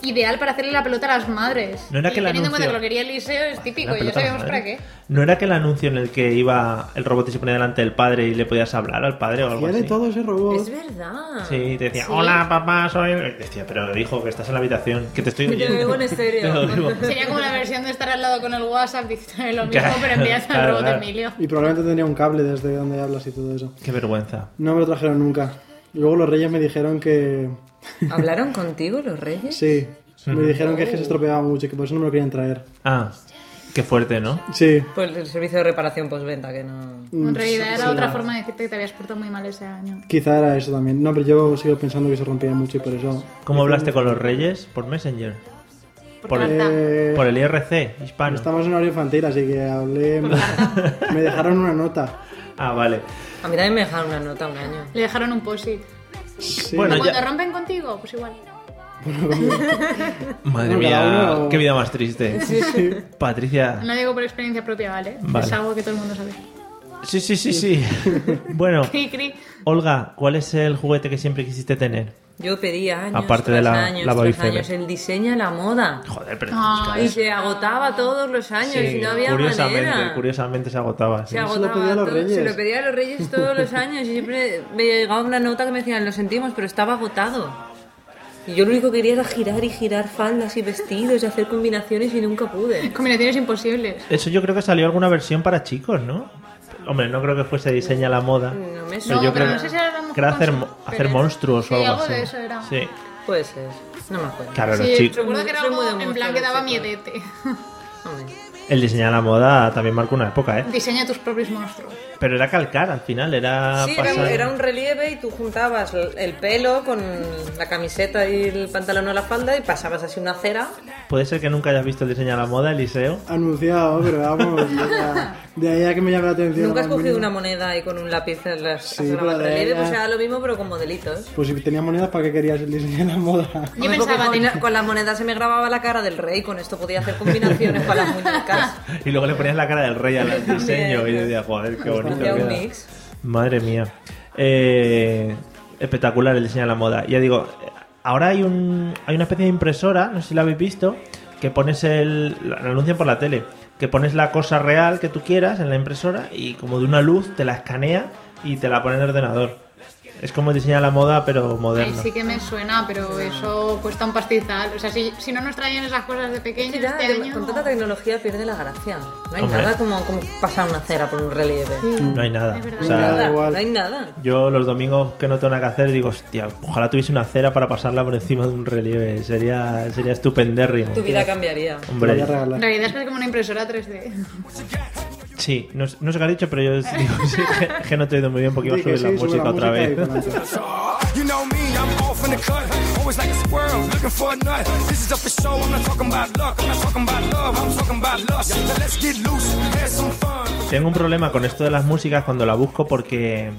Speaker 3: ideal para hacerle la pelota a las madres.
Speaker 1: No era que
Speaker 3: Y
Speaker 1: el
Speaker 3: teniendo en cuenta
Speaker 1: anuncio-
Speaker 3: que lo quería Eliseo, es típico,
Speaker 1: la
Speaker 3: y ya
Speaker 1: pelota
Speaker 3: sabíamos
Speaker 1: madre.
Speaker 3: para qué.
Speaker 1: No era que el anuncio en el que iba el robot y se ponía delante del padre y le podías hablar al padre o algo
Speaker 2: Tiene
Speaker 1: así.
Speaker 2: todo ese robot.
Speaker 4: Es verdad.
Speaker 1: Sí, te decía, hola papá, soy. el-". Y Decía, pero hijo, que estás en la habitación, que te estoy
Speaker 4: Te
Speaker 1: oyendo.
Speaker 4: lo digo en estéreo.
Speaker 1: Te lo digo.
Speaker 3: Sería como la versión de estar al lado con el WhatsApp diciendo lo mismo,
Speaker 1: Claro,
Speaker 3: pero envías al
Speaker 1: claro,
Speaker 3: robot
Speaker 1: claro.
Speaker 3: Emilio.
Speaker 2: Y probablemente tendría un cable desde donde hablas y todo eso.
Speaker 1: Qué vergüenza.
Speaker 2: No me lo trajeron nunca. Luego los reyes me dijeron que...
Speaker 4: ¿Hablaron contigo los reyes?
Speaker 2: Sí. Me dijeron que es que se estropeaba mucho y que por eso no me lo querían traer.
Speaker 1: Ah, qué fuerte, ¿no?
Speaker 2: Sí.
Speaker 4: Pues el servicio de reparación postventa, que no.
Speaker 3: En realidad era otra forma de decirte que te habías portado muy mal ese año.
Speaker 2: Quizá era eso también. No, pero yo sigo pensando que se rompía mucho y por eso...
Speaker 1: ¿Cómo hablaste con los reyes? Por Messenger.
Speaker 3: Por
Speaker 1: Por el,
Speaker 3: carta.
Speaker 2: Eh,
Speaker 1: por el IRC hispano.
Speaker 2: Estamos en horario infantil, así que hablé... me dejaron una nota.
Speaker 1: Ah, vale.
Speaker 4: A mí también me dejaron una nota un año.
Speaker 3: Le dejaron un post-it.
Speaker 2: Sí.
Speaker 1: Bueno,
Speaker 3: Cuando
Speaker 1: ya-
Speaker 3: rompen contigo, pues igual.
Speaker 1: Madre
Speaker 2: Bueno, cada
Speaker 1: mía,
Speaker 2: uno-
Speaker 1: qué vida más triste.
Speaker 2: sí.
Speaker 1: Patricia.
Speaker 3: No digo por experiencia propia, ¿vale?
Speaker 1: Vale.
Speaker 3: Es algo que todo el mundo sabe.
Speaker 1: Sí, sí, sí, sí. bueno,
Speaker 3: Cri, cri.
Speaker 1: Olga, ¿cuál es el juguete que siempre quisiste tener?
Speaker 4: Yo pedía años,
Speaker 1: Aparte
Speaker 4: tras
Speaker 1: de la-
Speaker 4: años,
Speaker 1: la
Speaker 4: tras
Speaker 1: babicela.
Speaker 4: años, el diseño a la moda.
Speaker 1: Joder, pero.
Speaker 3: Ay,
Speaker 4: Y se agotaba todos los años y no había
Speaker 1: curiosamente,
Speaker 4: manera.
Speaker 1: curiosamente se agotaba. sí.
Speaker 2: se
Speaker 4: Se
Speaker 2: lo
Speaker 4: agotaba
Speaker 2: pedía a los
Speaker 4: todo,
Speaker 2: Reyes.
Speaker 4: Se lo pedía a los reyes todos los años y siempre me llegaba una nota que me decían, lo sentimos, pero estaba agotado. Y yo lo único que quería era girar y girar faldas y vestidos y hacer combinaciones y nunca pude.
Speaker 3: combinaciones imposibles.
Speaker 1: Eso yo creo que salió alguna versión para chicos, ¿no? Hombre, no creo que fuese diseña la moda.
Speaker 4: No me
Speaker 1: Pero
Speaker 4: suena.
Speaker 1: yo
Speaker 3: pero
Speaker 1: creo
Speaker 3: no sé si era a lo mejor
Speaker 1: que era
Speaker 3: con
Speaker 1: hacer,
Speaker 3: su-
Speaker 1: mo-
Speaker 3: pero-
Speaker 1: hacer monstruos
Speaker 3: Sí,
Speaker 1: o algo,
Speaker 3: algo
Speaker 1: así.
Speaker 3: de eso era.
Speaker 1: Sí.
Speaker 4: Puede ser. No me acuerdo.
Speaker 1: Claro, los
Speaker 3: Sí,
Speaker 1: chicos.
Speaker 3: recuerdo que era
Speaker 4: Soy muy
Speaker 3: algo
Speaker 4: de
Speaker 3: en plan
Speaker 4: monstruos,
Speaker 3: que daba
Speaker 4: chicos.
Speaker 3: miedete.
Speaker 4: Hombre.
Speaker 1: El diseño de la moda también marcó una época, ¿eh?
Speaker 3: Diseña tus propios monstruos.
Speaker 1: Pero era calcar al final, era
Speaker 4: Sí, era,
Speaker 1: pasar...
Speaker 4: un- era un relieve y tú juntabas el el pelo con la camiseta y el pantalón o la falda y pasabas así una cera.
Speaker 1: Puede ser que nunca hayas visto el diseño de la moda, Eliseo.
Speaker 2: Anunciado, pero vamos, yo ya- de ahí a que me llame la atención.
Speaker 4: Nunca has
Speaker 2: vamos,
Speaker 4: cogido una
Speaker 2: mínimo.
Speaker 4: moneda y con un lápiz en las
Speaker 2: Sí,
Speaker 4: haces una
Speaker 2: pero
Speaker 4: marca
Speaker 2: de
Speaker 4: relieve,
Speaker 2: ella-
Speaker 4: pues era lo mismo pero con modelitos.
Speaker 2: Pues si tenías monedas, ¿para qué querías el diseño de la moda? Pues
Speaker 3: Yo
Speaker 4: Hombre, porque
Speaker 3: pensaba,
Speaker 4: con, con la moneda se me grababa la cara del rey, con esto podía hacer combinaciones para las muñecas.
Speaker 1: Y luego le ponías la cara del rey al diseño y yo decía, joder, qué bonito.
Speaker 4: Hacía un
Speaker 1: queda".
Speaker 4: mix.
Speaker 1: Madre mía. Eh, espectacular el diseño de la moda. Ya digo, eh, ahora hay, un, hay una especie de impresora, no sé si la habéis visto, que pones el. La la anuncian por la tele. Que pones la cosa real que tú quieras en la impresora y como de una luz te la escanea y te la pone en el ordenador. Es como el diseño de la moda, pero
Speaker 3: Ay,
Speaker 1: moderno.
Speaker 3: sí que me suena, pero eso cuesta un pastizal. O sea, si, si no nos traían esas cosas de pequeños
Speaker 4: Sí, ya,
Speaker 3: este año...
Speaker 4: con tanta tecnología pierde la gracia. No hay
Speaker 1: Hombre.
Speaker 4: nada como, como pasar una cera por un relieve.
Speaker 1: No hay nada.
Speaker 3: Es verdad.
Speaker 1: O sea,
Speaker 2: Da
Speaker 4: Nada,
Speaker 2: igual.
Speaker 4: no hay nada.
Speaker 1: Yo los domingos que no tengo nada que hacer digo, hostia, ojalá tuviese una cera para pasarla por encima de un relieve. Sería, sería estupendérrimo.
Speaker 4: Tu vida cambiaría.
Speaker 2: Te la
Speaker 1: Hombre,
Speaker 2: voy a regalar.
Speaker 3: En realidad es que es como una impresora 3D.
Speaker 1: sí, no, no sé qué has dicho, pero yo os digo sí, que, que no te he oído muy bien porque iba a
Speaker 2: Di que
Speaker 1: subir la
Speaker 2: sí, sube
Speaker 1: música
Speaker 2: la
Speaker 1: otra
Speaker 2: música y
Speaker 1: vez.
Speaker 2: pa'lante.
Speaker 5: You know me, I'm off in the cut. Always like a squirrel, looking for a nut. This is up for show, I'm not talking about luck. I'm not talking about love, I'm talking about lust. Now let's get loose, have some fun.
Speaker 1: Tengo un problema con esto de las músicas cuando la busco porque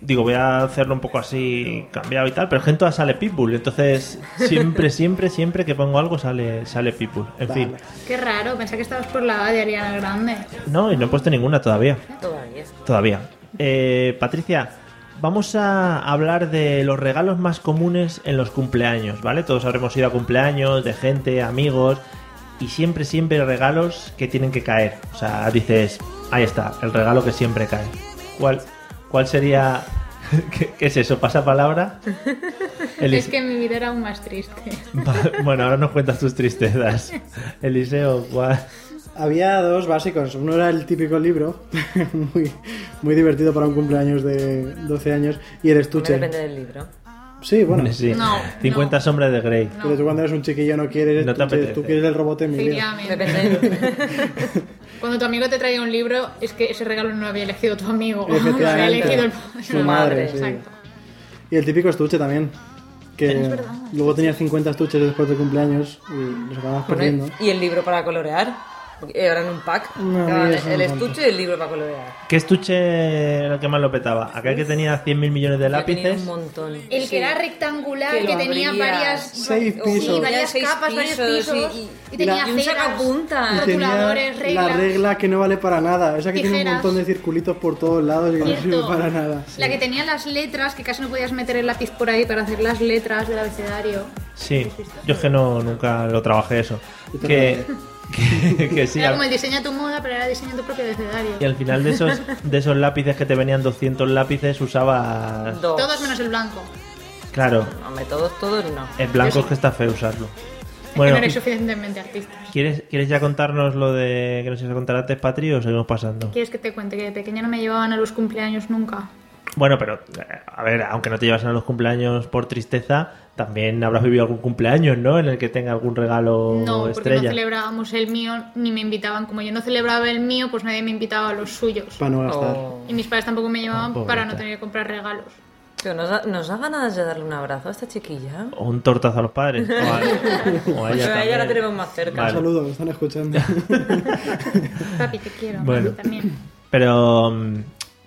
Speaker 1: digo, voy a hacerlo un poco así cambiado y tal, pero es que en todas sale Pitbull, entonces siempre, siempre, siempre que pongo algo sale, sale Pitbull. En fin,
Speaker 3: Qué raro, pensé que estabas por la edad de Ariana Grande.
Speaker 1: no, y no he puesto ninguna todavía.
Speaker 4: Todavía.
Speaker 1: Todavía. Eh, Patricia, vamos a hablar de los regalos más comunes en los cumpleaños, ¿vale? Todos habremos ido a cumpleaños de gente, amigos, y siempre, siempre regalos que tienen que caer. O sea, dices, ahí está, el regalo que siempre cae. ¿Cuál, cuál sería... ¿Qué, qué es eso? ¿Pasa palabra?
Speaker 3: Es que mi vida era aún más triste.
Speaker 1: Bueno, ahora nos cuentas tus tristezas. Eliseo, ¿cuál?
Speaker 2: Había dos básicos. Uno era el típico libro, muy, muy divertido para un cumpleaños de 12 años, y el estuche.
Speaker 4: Depende del libro.
Speaker 2: Sí, bueno.
Speaker 1: Sí.
Speaker 3: No,
Speaker 1: 50
Speaker 3: no.
Speaker 1: sombras de Grey.
Speaker 2: Pero tú cuando eres un chiquillo no quieres
Speaker 1: No te
Speaker 2: estuche,
Speaker 1: apetece.
Speaker 2: tú quieres el robot en mi vida.
Speaker 3: Efectivamente.
Speaker 4: Depende.
Speaker 3: Cuando tu amigo te traía un libro, es que ese regalo no lo había elegido tu amigo. Lo había
Speaker 2: Efectivamente.
Speaker 3: elegido el...
Speaker 2: Su madre, sí.
Speaker 3: Exacto.
Speaker 2: Y el típico estuche también.
Speaker 3: Es
Speaker 2: Que
Speaker 3: verdad.
Speaker 2: luego tenías 50 estuches después de cumpleaños y los acababas
Speaker 4: Ah, Bueno,
Speaker 2: perdiendo.
Speaker 4: y el libro para colorear. Porque Eran un pack.
Speaker 2: No,
Speaker 4: Daban
Speaker 2: mira, eso
Speaker 4: el
Speaker 2: no
Speaker 4: estuche y el libro para colorear.
Speaker 1: ¿Qué estuche era el que más lo petaba? Aquel que tenía 100.000 millones de
Speaker 4: Yo tenía
Speaker 1: lápices.
Speaker 4: un montón.
Speaker 3: El que
Speaker 4: Sí.
Speaker 3: era rectangular,
Speaker 4: Que
Speaker 3: que,
Speaker 4: lo
Speaker 3: tenía
Speaker 4: abrías.
Speaker 3: varias...
Speaker 2: Seis
Speaker 3: sí,
Speaker 2: pisos.
Speaker 3: varias
Speaker 4: Seis
Speaker 3: capas, varios
Speaker 4: pisos,
Speaker 3: pisos.
Speaker 4: sí,
Speaker 3: Y,
Speaker 4: y-
Speaker 3: tenía
Speaker 4: y un
Speaker 3: ceras,
Speaker 4: sacapuntas. Y
Speaker 2: Y tenía
Speaker 3: rotuladores,
Speaker 2: la
Speaker 3: reglas.
Speaker 2: regla que no vale para nada. Esa que tiene un
Speaker 3: Tijeras.
Speaker 2: montón de circulitos por todos lados y que no sirve
Speaker 3: Cierto.
Speaker 2: para nada.
Speaker 3: La que tenía las letras, que casi no podías meter el lápiz por ahí para hacer las letras del abecedario.
Speaker 1: Sí, yo es que no, nunca lo trabajé eso.
Speaker 2: Yo
Speaker 1: Que,
Speaker 2: también.
Speaker 1: que, que sí.
Speaker 3: era
Speaker 1: al-
Speaker 3: como el diseño a tu moda, pero era diseño a tu propio abecedario.
Speaker 1: Y al final de esos, de esos lápices que te venían 200 lápices usabas...
Speaker 4: Dos.
Speaker 3: Todos menos el blanco.
Speaker 1: Claro,
Speaker 4: Hombre, todos, todos no.
Speaker 1: en blanco es que está feo usarlo.
Speaker 3: Que
Speaker 1: Bueno,
Speaker 3: no eres suficientemente artista.
Speaker 1: ¿quieres, ¿quieres ya contarnos lo de que nos ibas a contar antes, Patri, o seguimos pasando?
Speaker 3: ¿Quieres que te cuente que de pequeña no me llevaban a los cumpleaños nunca?
Speaker 1: Bueno, pero, eh, a ver, aunque no te llevas a los cumpleaños por tristeza, también habrás vivido algún cumpleaños, ¿no? En el que tenga algún regalo
Speaker 3: No, porque no
Speaker 1: Oh, estrella.
Speaker 3: celebrábamos el mío ni me invitaban. Como yo no celebraba el mío, pues nadie me invitaba a los suyos.
Speaker 2: Para no gastar.
Speaker 4: Oh.
Speaker 3: Y mis padres tampoco me llevaban
Speaker 1: Oh, pobreta.
Speaker 3: para no tener que comprar regalos.
Speaker 4: Tío, ¿nos, da, nos da ganas de darle un abrazo a esta chiquilla?
Speaker 1: O un tortazo a los padres. O a, o a
Speaker 4: Pues
Speaker 1: ella
Speaker 4: a ella la
Speaker 1: también.
Speaker 4: tenemos más cerca.
Speaker 1: Vale.
Speaker 2: Un saludo, me están escuchando.
Speaker 3: Papi, te quiero.
Speaker 1: Bueno.
Speaker 3: Bueno. También.
Speaker 1: Pero. mm,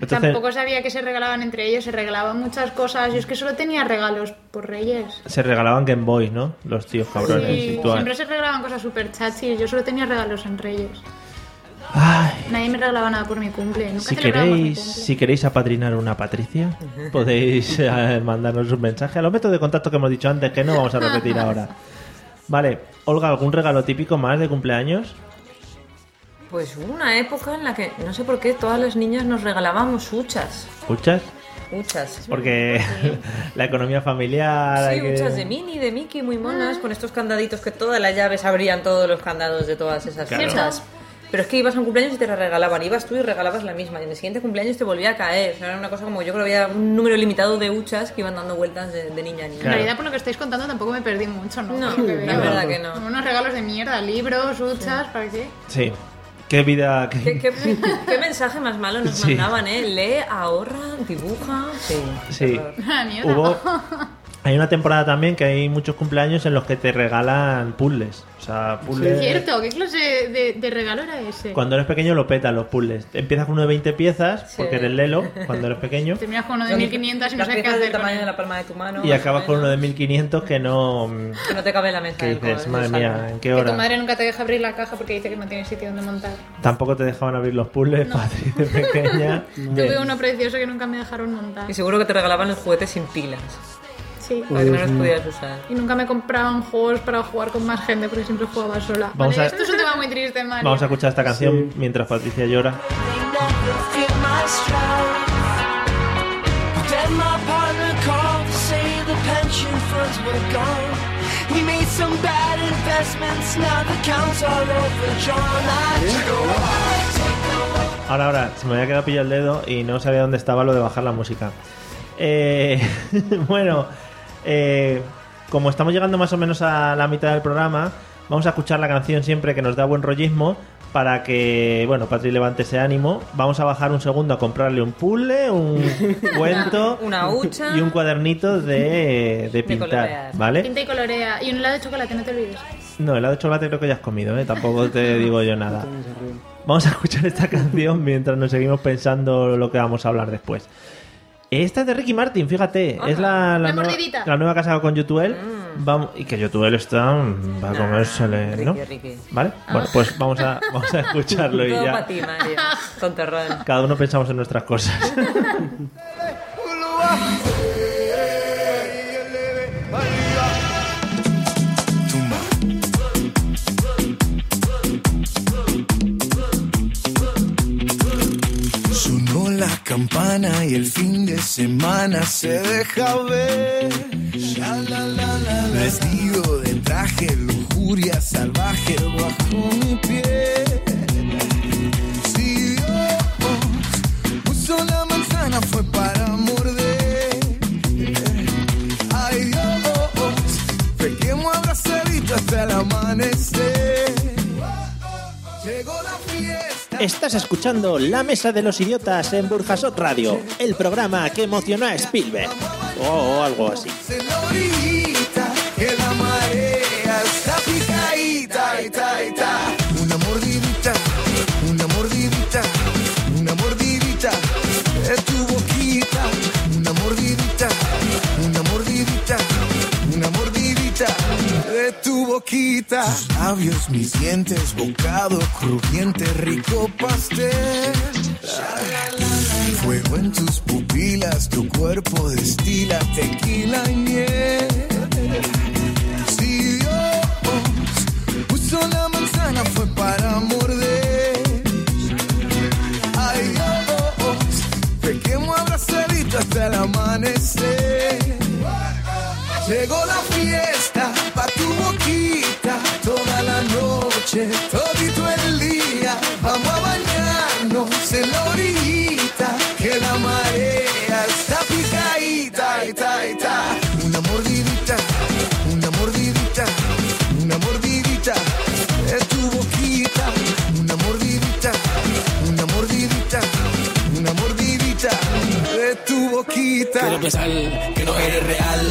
Speaker 1: Entonces,
Speaker 3: Tampoco sabía que se regalaban entre ellos, se regalaban muchas cosas. Yo es que solo tenía regalos por reyes.
Speaker 1: se regalaban Game Boys, ¿no? Los tíos cabrones.
Speaker 3: Sí,
Speaker 1: y tú-
Speaker 3: siempre se regalaban cosas súper chachis. Yo solo tenía regalos en reyes.
Speaker 1: Ay,
Speaker 3: Nadie me regalaba nada por mi cumple. Nunca
Speaker 1: si
Speaker 3: celebrábamos mi
Speaker 1: queréis,
Speaker 3: cumple.
Speaker 1: si queréis apadrinar una Patricia, podéis eh, mandarnos un mensaje a los métodos de contacto que hemos dicho antes, que no vamos a repetir ahora. Vale, Olga, ¿algún regalo típico más de cumpleaños?
Speaker 4: Pues hubo una época en la que, no sé por qué, todas las niñas nos regalábamos huchas.
Speaker 1: ¿Huchas?
Speaker 4: Huchas.
Speaker 1: Porque la economía familiar.
Speaker 4: Sí,
Speaker 1: hay que- Ah.
Speaker 4: huchas de Minnie, de Mickey, muy monas, con estos candaditos que todas las llaves abrían todos los candados de todas esas
Speaker 1: Claro.
Speaker 4: huchas. Pero es que ibas a un cumpleaños y te la regalaban, ibas tú y regalabas la misma, y en el siguiente cumpleaños te volvía a caer. O sea, era una cosa como yo creo que había un número limitado de huchas que iban dando vueltas de, de niña a niña.
Speaker 3: En
Speaker 1: Claro.
Speaker 3: realidad, por lo que estáis contando, tampoco me perdí mucho, ¿no?
Speaker 4: No,
Speaker 3: Por lo que
Speaker 4: la
Speaker 3: veo.
Speaker 4: verdad que no.
Speaker 3: Como Unos regalos de mierda, libros, huchas, ¿para qué?
Speaker 1: Sí. Qué vida. qué-
Speaker 4: ¿Qué, qué, qué mensaje más malo nos
Speaker 1: Sí.
Speaker 4: mandaban, ¿eh? Lee, ahorra, dibuja. Sí.
Speaker 1: Sí.
Speaker 3: Ah, ni una.
Speaker 1: Hubo. Hay una temporada también que hay muchos cumpleaños en los que te regalan puzzles. O sea, puzzles.
Speaker 3: Cierto, ¿qué clase de, de regalo era ese?
Speaker 1: Cuando eres pequeño lo petan los puzzles. Empiezas con uno de 20 piezas,
Speaker 4: Sí.
Speaker 1: porque eres lelo cuando eres pequeño,
Speaker 3: Terminas con uno de 1500 y no
Speaker 4: Las
Speaker 3: sabes qué
Speaker 4: piezas del
Speaker 3: hacer. con
Speaker 4: tamaño de
Speaker 3: él.
Speaker 4: la palma de tu mano.
Speaker 1: y
Speaker 4: más o
Speaker 1: acabas con uno
Speaker 4: menos,
Speaker 1: de 1500 que no. mm,
Speaker 4: Que no te cabe en la mesa.
Speaker 1: Que
Speaker 4: del
Speaker 1: dices,
Speaker 4: co-
Speaker 1: madre
Speaker 4: del salón".
Speaker 1: mía, ¿en qué
Speaker 3: Que tu
Speaker 1: hora?
Speaker 3: madre nunca te deja abrir la caja porque dice que no tiene sitio donde montar.
Speaker 1: Tampoco te dejaban abrir los puzzles, Patri, de pequeña.
Speaker 3: Tuve uno precioso que nunca me dejaron montar.
Speaker 4: Y seguro que te regalaban los juguetes sin pilas.
Speaker 3: Sí.
Speaker 4: Para que no los pudieras usar.
Speaker 3: Y nunca me compraban juegos para jugar con más gente porque siempre jugaba sola.
Speaker 1: Vamos
Speaker 3: Vale,
Speaker 1: a-
Speaker 3: Esto es un tema muy triste, Mario.
Speaker 1: Vamos a escuchar esta canción mientras Patricia llora.
Speaker 5: Then my partner called to say the pension funds were gone. He made some bad investments, now the accounts are overdrawn. I took a walk, took a walk.
Speaker 1: Ahora, ahora, se me había quedado pillado el dedo y no sabía dónde estaba lo de bajar la música. Eh, bueno, eh, como estamos llegando más o menos a la mitad del programa, vamos a escuchar la canción siempre que nos da buen rollismo para que, bueno, Patri levante ese ánimo. Vamos a bajar un segundo a comprarle un puzzle, un cuento
Speaker 4: Una hucha.
Speaker 1: y un cuadernito de, de pintar,
Speaker 4: colorear.
Speaker 1: ¿vale?
Speaker 3: Pinta y colorea. Y un helado de chocolate, no te olvides.
Speaker 1: No, helado de chocolate creo que ya has comido, ¿eh? Tampoco te digo yo nada. Vamos a escuchar esta canción mientras nos seguimos pensando lo que vamos a hablar después. Esta es de Ricky Martin, fíjate. Es la,
Speaker 3: La
Speaker 1: nueva,
Speaker 3: mordidita.
Speaker 1: la nueva casada con Youtube. Vamos, y que Youtube está. mm, Va a comérsele,
Speaker 4: Mm. Ricky,
Speaker 1: ¿no?
Speaker 4: Ricky. Ah.
Speaker 1: ¿Vale? Bueno, pues vamos a, vamos a escucharlo y
Speaker 4: Todo
Speaker 1: ya.
Speaker 4: para ti, Mario. Tontorrón.
Speaker 1: Cada uno pensamos en nuestras cosas.
Speaker 5: Sonó la campana y el fin de semana se deja ver. Sha, la, la, la, la. Vestido de traje, lujuria salvaje bajo mi pie. Si Dios puso la manzana fue para morder. Ay Dios, pequemos abrazadito hasta el amanecer. Llegó la fiesta.
Speaker 7: Estás escuchando La Mesa de los Idiotas en Burjasot Radio, el programa que emocionó a Spielberg.
Speaker 1: Oh,
Speaker 7: O algo así.
Speaker 5: Señorita, que la marea está picadita, ita, ita. Una mordidita, una mordidita, una mordidita de tu boquita. Una mordidita, una mordidita, una mordidita de tu boquita. Tus labios, mis dientes, bocado crujiente, rico pastel. Fuego en tus pupilas, tu cuerpo destila tequila y miel. Si Dios puso la manzana fue para morder. Ay Dios, pequemos abrazadito hasta el amanecer. Llegó la fiesta pa' tu boquita, toda la noche, todito el día. Vamos a bañarnos en la orillita, que la marea está picadita, ita, ita. Una mordidita, una mordidita, una mordidita, es tu boquita. Una mordidita, una mordidita, una mordidita, es tu boquita.
Speaker 8: Quiero pensar que no eres real.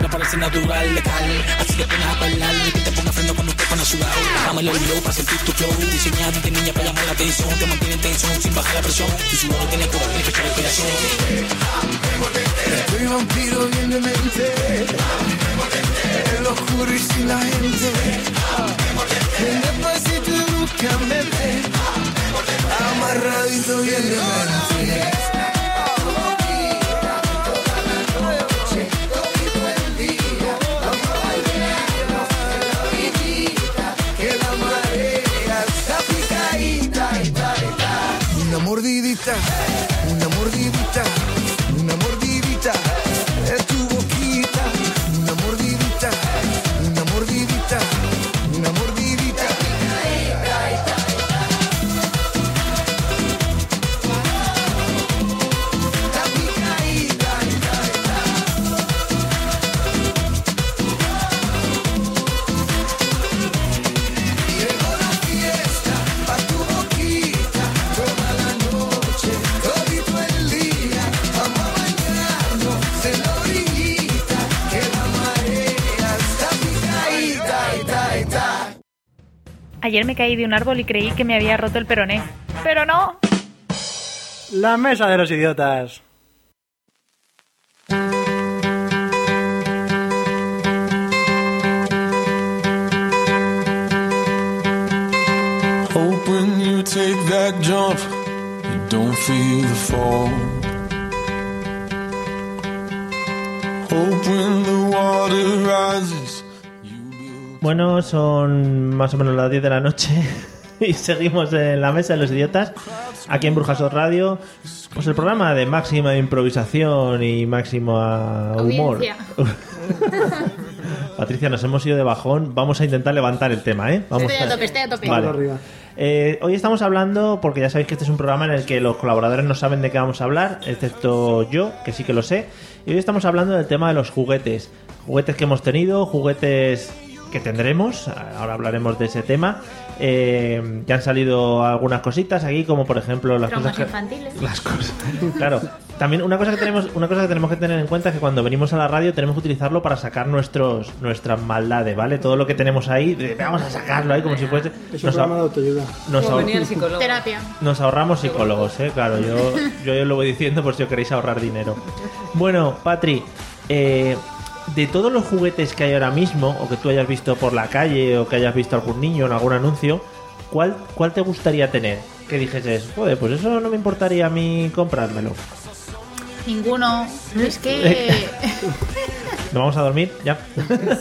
Speaker 8: No parece natural, letal. Así que pones a bailar y que te ponga freno cuando te pones sudado. Dame el olvido para sentir tu flow. Diseñada de niña para llamar la atención. Te mantiene en tensión sin bajar la presión. Tu sudor tiene color y fecha de inspiración.
Speaker 5: Soy vampiro bien de mente. El oscuro y sin la gente. Ven despacito y búscame. Amarradito bien de mente. Que la marea está picadita. Una mordidita, una mordidita, una mordidita es tu boquita. Una mordidita, una mordidita, una mordidita. Está picadita, está, está. Llegó la fiesta pa' tu boquita.
Speaker 9: Ayer me caí de un árbol y creí que me había roto el peroné. Pero no.
Speaker 2: La mesa de los idiotas.
Speaker 5: Hope when you take that jump, you don't feel the fall. Hope when the water rises, you will.
Speaker 1: Bueno, son más o menos las 10 de la noche y seguimos en la mesa de los idiotas, aquí en Burjasot Radio. Pues el programa de máxima improvisación y máximo ah, humor.
Speaker 3: Audiencia.
Speaker 1: Patricia, nos hemos ido de bajón. Vamos a intentar levantar el tema, ¿eh? Vamos
Speaker 3: Estoy a tope, estoy a tope.
Speaker 1: Vale.
Speaker 2: Vamos arriba.
Speaker 1: Eh, hoy estamos hablando, porque ya sabéis que este es un programa en el que los colaboradores no saben de qué vamos a hablar, excepto yo, que sí que lo sé. Y hoy estamos hablando del tema de los juguetes. Juguetes que hemos tenido, juguetes que tendremos, ahora hablaremos de ese tema. Eh, ya han salido algunas cositas aquí, como por ejemplo las
Speaker 3: Traumas
Speaker 1: cosas que-
Speaker 3: infantiles.
Speaker 1: las cosas. Claro. También una cosa que tenemos, una cosa que tenemos que tener en cuenta es que cuando venimos a la radio tenemos que utilizarlo para sacar nuestros, nuestras maldades, ¿vale? Todo lo que tenemos ahí, de, vamos a sacarlo ahí como si fuese.
Speaker 2: Es un
Speaker 1: nos
Speaker 2: programa de
Speaker 1: ahor-
Speaker 2: autoayuda.
Speaker 1: nos
Speaker 4: Como
Speaker 1: ahor-
Speaker 4: venía el psicólogo.
Speaker 3: Terapia.
Speaker 1: nos ahorramos psicólogos, ¿eh? Claro, yo, yo os lo voy diciendo por si os queréis ahorrar dinero. Bueno, Patri, eh, de todos los juguetes que hay ahora mismo, o que tú hayas visto por la calle, o que hayas visto algún niño en algún anuncio, ¿cuál, cuál te gustaría tener? Que dijeses, joder, pues eso no me importaría a mí comprármelo.
Speaker 3: Ninguno.
Speaker 1: ¿Eh?
Speaker 3: Es que.
Speaker 1: ¿Nos vamos a dormir? Ya.
Speaker 2: Pero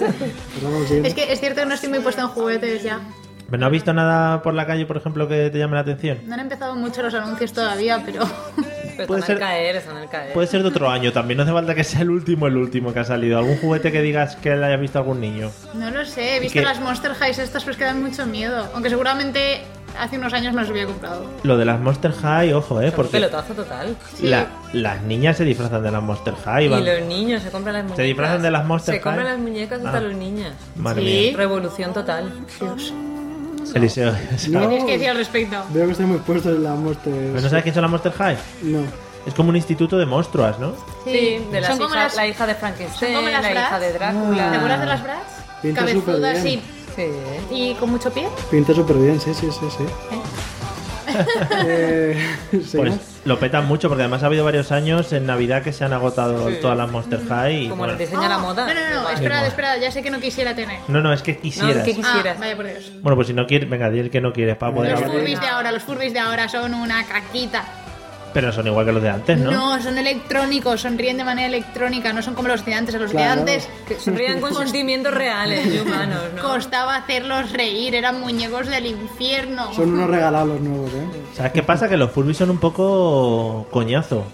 Speaker 2: vamos bien.
Speaker 3: Es que es cierto que no estoy muy puesta en juguetes ya.
Speaker 1: ¿Pero no has visto nada por la calle, por ejemplo, que te llame la atención?
Speaker 3: No han empezado mucho los anuncios todavía, pero.
Speaker 4: Pero
Speaker 1: Puede
Speaker 4: están
Speaker 1: ser-
Speaker 4: al caer, están al caer.
Speaker 1: Puede ser de otro año también, no hace falta que sea el último el último que ha salido. ¿Algún juguete que digas que le haya visto algún niño?
Speaker 3: No lo sé, he visto
Speaker 1: qué?
Speaker 3: las Monster Highs estas, pues que dan mucho miedo. Aunque seguramente hace unos años me las hubiera comprado.
Speaker 1: Lo de las Monster High, ojo, ¿eh?
Speaker 4: Es un
Speaker 1: Porque
Speaker 4: pelotazo total.
Speaker 1: la- las niñas se disfrazan de las Monster High.
Speaker 4: Y
Speaker 1: van-
Speaker 4: los niños se compran las muñecas.
Speaker 1: disfrazan de las Monster
Speaker 4: Se compran
Speaker 1: High?
Speaker 4: las muñecas hasta
Speaker 1: Ah.
Speaker 4: los niños.
Speaker 1: Madre
Speaker 3: Sí.
Speaker 1: mía.
Speaker 4: Revolución total.
Speaker 1: Eliseo.
Speaker 3: ¿Qué
Speaker 2: No.
Speaker 3: tienes que decir al respecto?
Speaker 2: Veo que estoy muy puesto en la muerte.
Speaker 1: ¿Pero ¿No sabes quién son las Monster High?
Speaker 2: No.
Speaker 1: Es como un instituto de monstruas, ¿no?
Speaker 4: Sí, de las
Speaker 3: Son como
Speaker 4: hijas-
Speaker 3: las-
Speaker 4: la hija de Frankenstein,
Speaker 3: son como
Speaker 4: la
Speaker 3: las Bratz.
Speaker 4: hija de
Speaker 3: ¿Te
Speaker 4: Drácula.
Speaker 3: acuerdas de las Bratz?
Speaker 2: Pinta
Speaker 3: Cabezudas y,
Speaker 2: superbién.
Speaker 4: Sí. ¿eh?
Speaker 3: y con mucho pie.
Speaker 2: Pinta súper bien, sí, sí, sí, sí. Eh, ¿seguimos?
Speaker 1: Pues lo petan mucho porque además ha habido varios años en Navidad que se han agotado
Speaker 4: Sí. Mm,
Speaker 1: todas las Monster High. y,
Speaker 4: Como
Speaker 1: bueno.
Speaker 4: les diseña la
Speaker 3: Oh,
Speaker 4: moda.
Speaker 3: No, no, no,
Speaker 4: igual.
Speaker 3: esperad,
Speaker 1: moda.
Speaker 3: esperad, ya sé que no quisiera tener.
Speaker 1: No, no, es que quisieras.
Speaker 4: que quis-
Speaker 3: Ah,
Speaker 4: Quisieras.
Speaker 3: vaya por Dios.
Speaker 1: Bueno, pues si no quieres, venga, di el que no quieres para poder
Speaker 3: Los
Speaker 1: hablar.
Speaker 3: furbis de ahora, los furbis de ahora son una caquita.
Speaker 1: Pero son igual que los de antes, ¿no?
Speaker 3: ¿No? son electrónicos, sonríen de manera electrónica, no son como los de antes. A los
Speaker 2: Claro.
Speaker 3: de antes
Speaker 4: Que sonrían con sentimientos reales y humanos, ¿no?
Speaker 3: costaba hacerlos reír, eran muñecos del infierno.
Speaker 2: Son unos regalados los nuevos, ¿eh?
Speaker 1: ¿Sabes qué pasa? Que los Furby son un poco coñazo.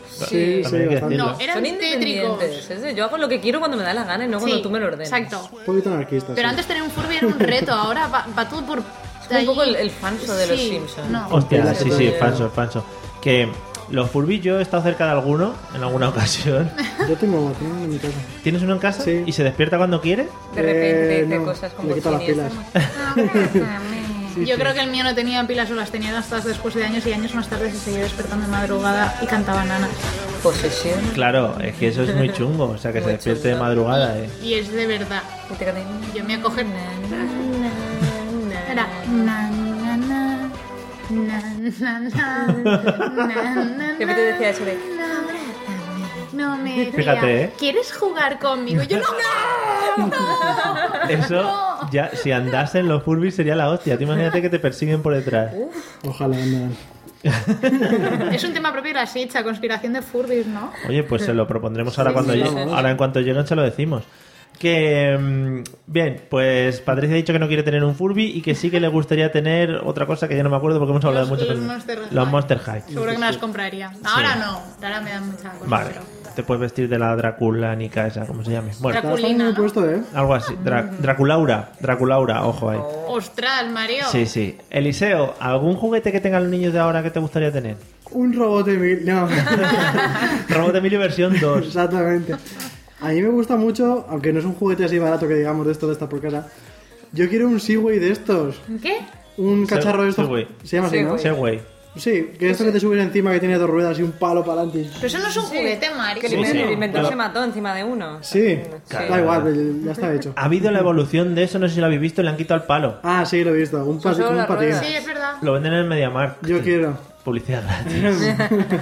Speaker 1: También hay
Speaker 4: Sí,
Speaker 1: que
Speaker 2: sí, bastante.
Speaker 1: decirlo.
Speaker 3: No, eran
Speaker 4: Son
Speaker 3: tétricos.
Speaker 4: independientes. es de, yo hago lo que quiero cuando me da la gana y no cuando
Speaker 3: Sí,
Speaker 4: tú me lo ordenas.
Speaker 3: Exacto.
Speaker 2: Un poquito anarquistas.
Speaker 3: Pero
Speaker 2: sí.
Speaker 3: antes tener un Furby era un reto, ahora va, va todo por.
Speaker 4: Es un poco el, el fanso de los
Speaker 3: Sí,
Speaker 4: Simpsons.
Speaker 3: no.
Speaker 1: Hostia,
Speaker 2: Las
Speaker 1: sí, sí,
Speaker 2: historias.
Speaker 1: falso, falso. Que los Furby yo he estado cerca de alguno en alguna ocasión.
Speaker 2: Yo tengo, tengo uno en mi casa.
Speaker 1: ¿Tienes uno en casa?
Speaker 2: Sí.
Speaker 1: ¿Y se despierta cuando quiere?
Speaker 4: De repente
Speaker 2: Eh,
Speaker 4: de
Speaker 2: no,
Speaker 4: cosas como
Speaker 2: Le quito las
Speaker 4: chinis.
Speaker 2: pilas.
Speaker 3: Yo creo que el mío no tenía pilas o las tenía hasta después de años y años más tarde se seguía despertando de madrugada y cantaba nanas.
Speaker 4: Posesión.
Speaker 1: Claro, es que eso es muy chungo. O sea, que se
Speaker 4: Muy
Speaker 1: despierte de
Speaker 4: chungo.
Speaker 1: madrugada. eh.
Speaker 3: Y es de verdad. Yo me voy a coger. Era. na, na, na, na, na, na, na, na,
Speaker 4: Siempre te decía eso de,
Speaker 3: na, abrázame, No me ría.
Speaker 1: Fíjate, ¿eh?
Speaker 3: ¿Quieres jugar conmigo? Yo no.
Speaker 1: Eso, ya, si andasen los Furby sería la hostia. Tú imagínate que te persiguen por detrás.
Speaker 2: Ojalá, no.
Speaker 3: Es un tema propio de la Sicha, conspiración de Furbis, ¿no?
Speaker 1: Oye, pues se lo propondremos ahora cuando
Speaker 4: sí,
Speaker 1: llegue-
Speaker 4: vamos.
Speaker 1: ahora en cuanto lleguen se lo decimos. Que mm, bien, pues Patricia ha dicho que no quiere tener un Furby y que sí que le gustaría tener otra cosa que ya no me acuerdo porque hemos hablado
Speaker 3: Los-
Speaker 1: de muchas
Speaker 3: los
Speaker 1: cosas.
Speaker 3: Monster High.
Speaker 1: los Monster High.
Speaker 3: Seguro que me las compraría. Ahora no, ahora me dan mucha cosa.
Speaker 1: Vale,
Speaker 3: pero-
Speaker 1: te puedes vestir de la Draculánica esa, como se llame. Bueno,
Speaker 3: Dracu-
Speaker 2: Estás muy bien
Speaker 3: ¿no?
Speaker 2: puesto, ¿eh?
Speaker 1: algo así. Dra- Draculaura, Draculaura, ojo
Speaker 3: Oh.
Speaker 1: ahí.
Speaker 3: Ostras, Mario.
Speaker 1: Sí, sí. Eliseo, ¿algún juguete que tengan los niños de ahora que te gustaría tener?
Speaker 2: Un robot de mil. No,
Speaker 1: Robot Emilio versión 2.
Speaker 2: exactamente. A mí me gusta mucho, aunque no es un juguete así barato que digamos de esto de esta por casa. Yo quiero un Seaway de estos.
Speaker 3: ¿Qué?
Speaker 2: Un cacharro de estos.
Speaker 1: Segway.
Speaker 2: Se llama así, ¿no?
Speaker 1: Segway.
Speaker 2: Sí, que esto que te subes encima que tiene dos ruedas y un palo para adelante.
Speaker 3: Pero eso no es un juguete, Mario.
Speaker 4: Que el
Speaker 1: sí.
Speaker 4: inventor,
Speaker 1: Pero-
Speaker 4: se mató encima de uno.
Speaker 2: Sí,
Speaker 1: Claro.
Speaker 2: da igual, pero ya está hecho.
Speaker 1: Ha habido la evolución de eso, no sé si lo habéis visto, le han quitado el palo.
Speaker 2: Ah, sí, lo he visto. Un,
Speaker 4: Son
Speaker 2: pati-
Speaker 4: Pues solo
Speaker 2: un
Speaker 4: las
Speaker 2: patín.
Speaker 4: ruedas.
Speaker 3: Sí, es verdad.
Speaker 1: Lo venden en el MediaMarkt.
Speaker 2: Yo quiero.
Speaker 1: Publicidad gratis.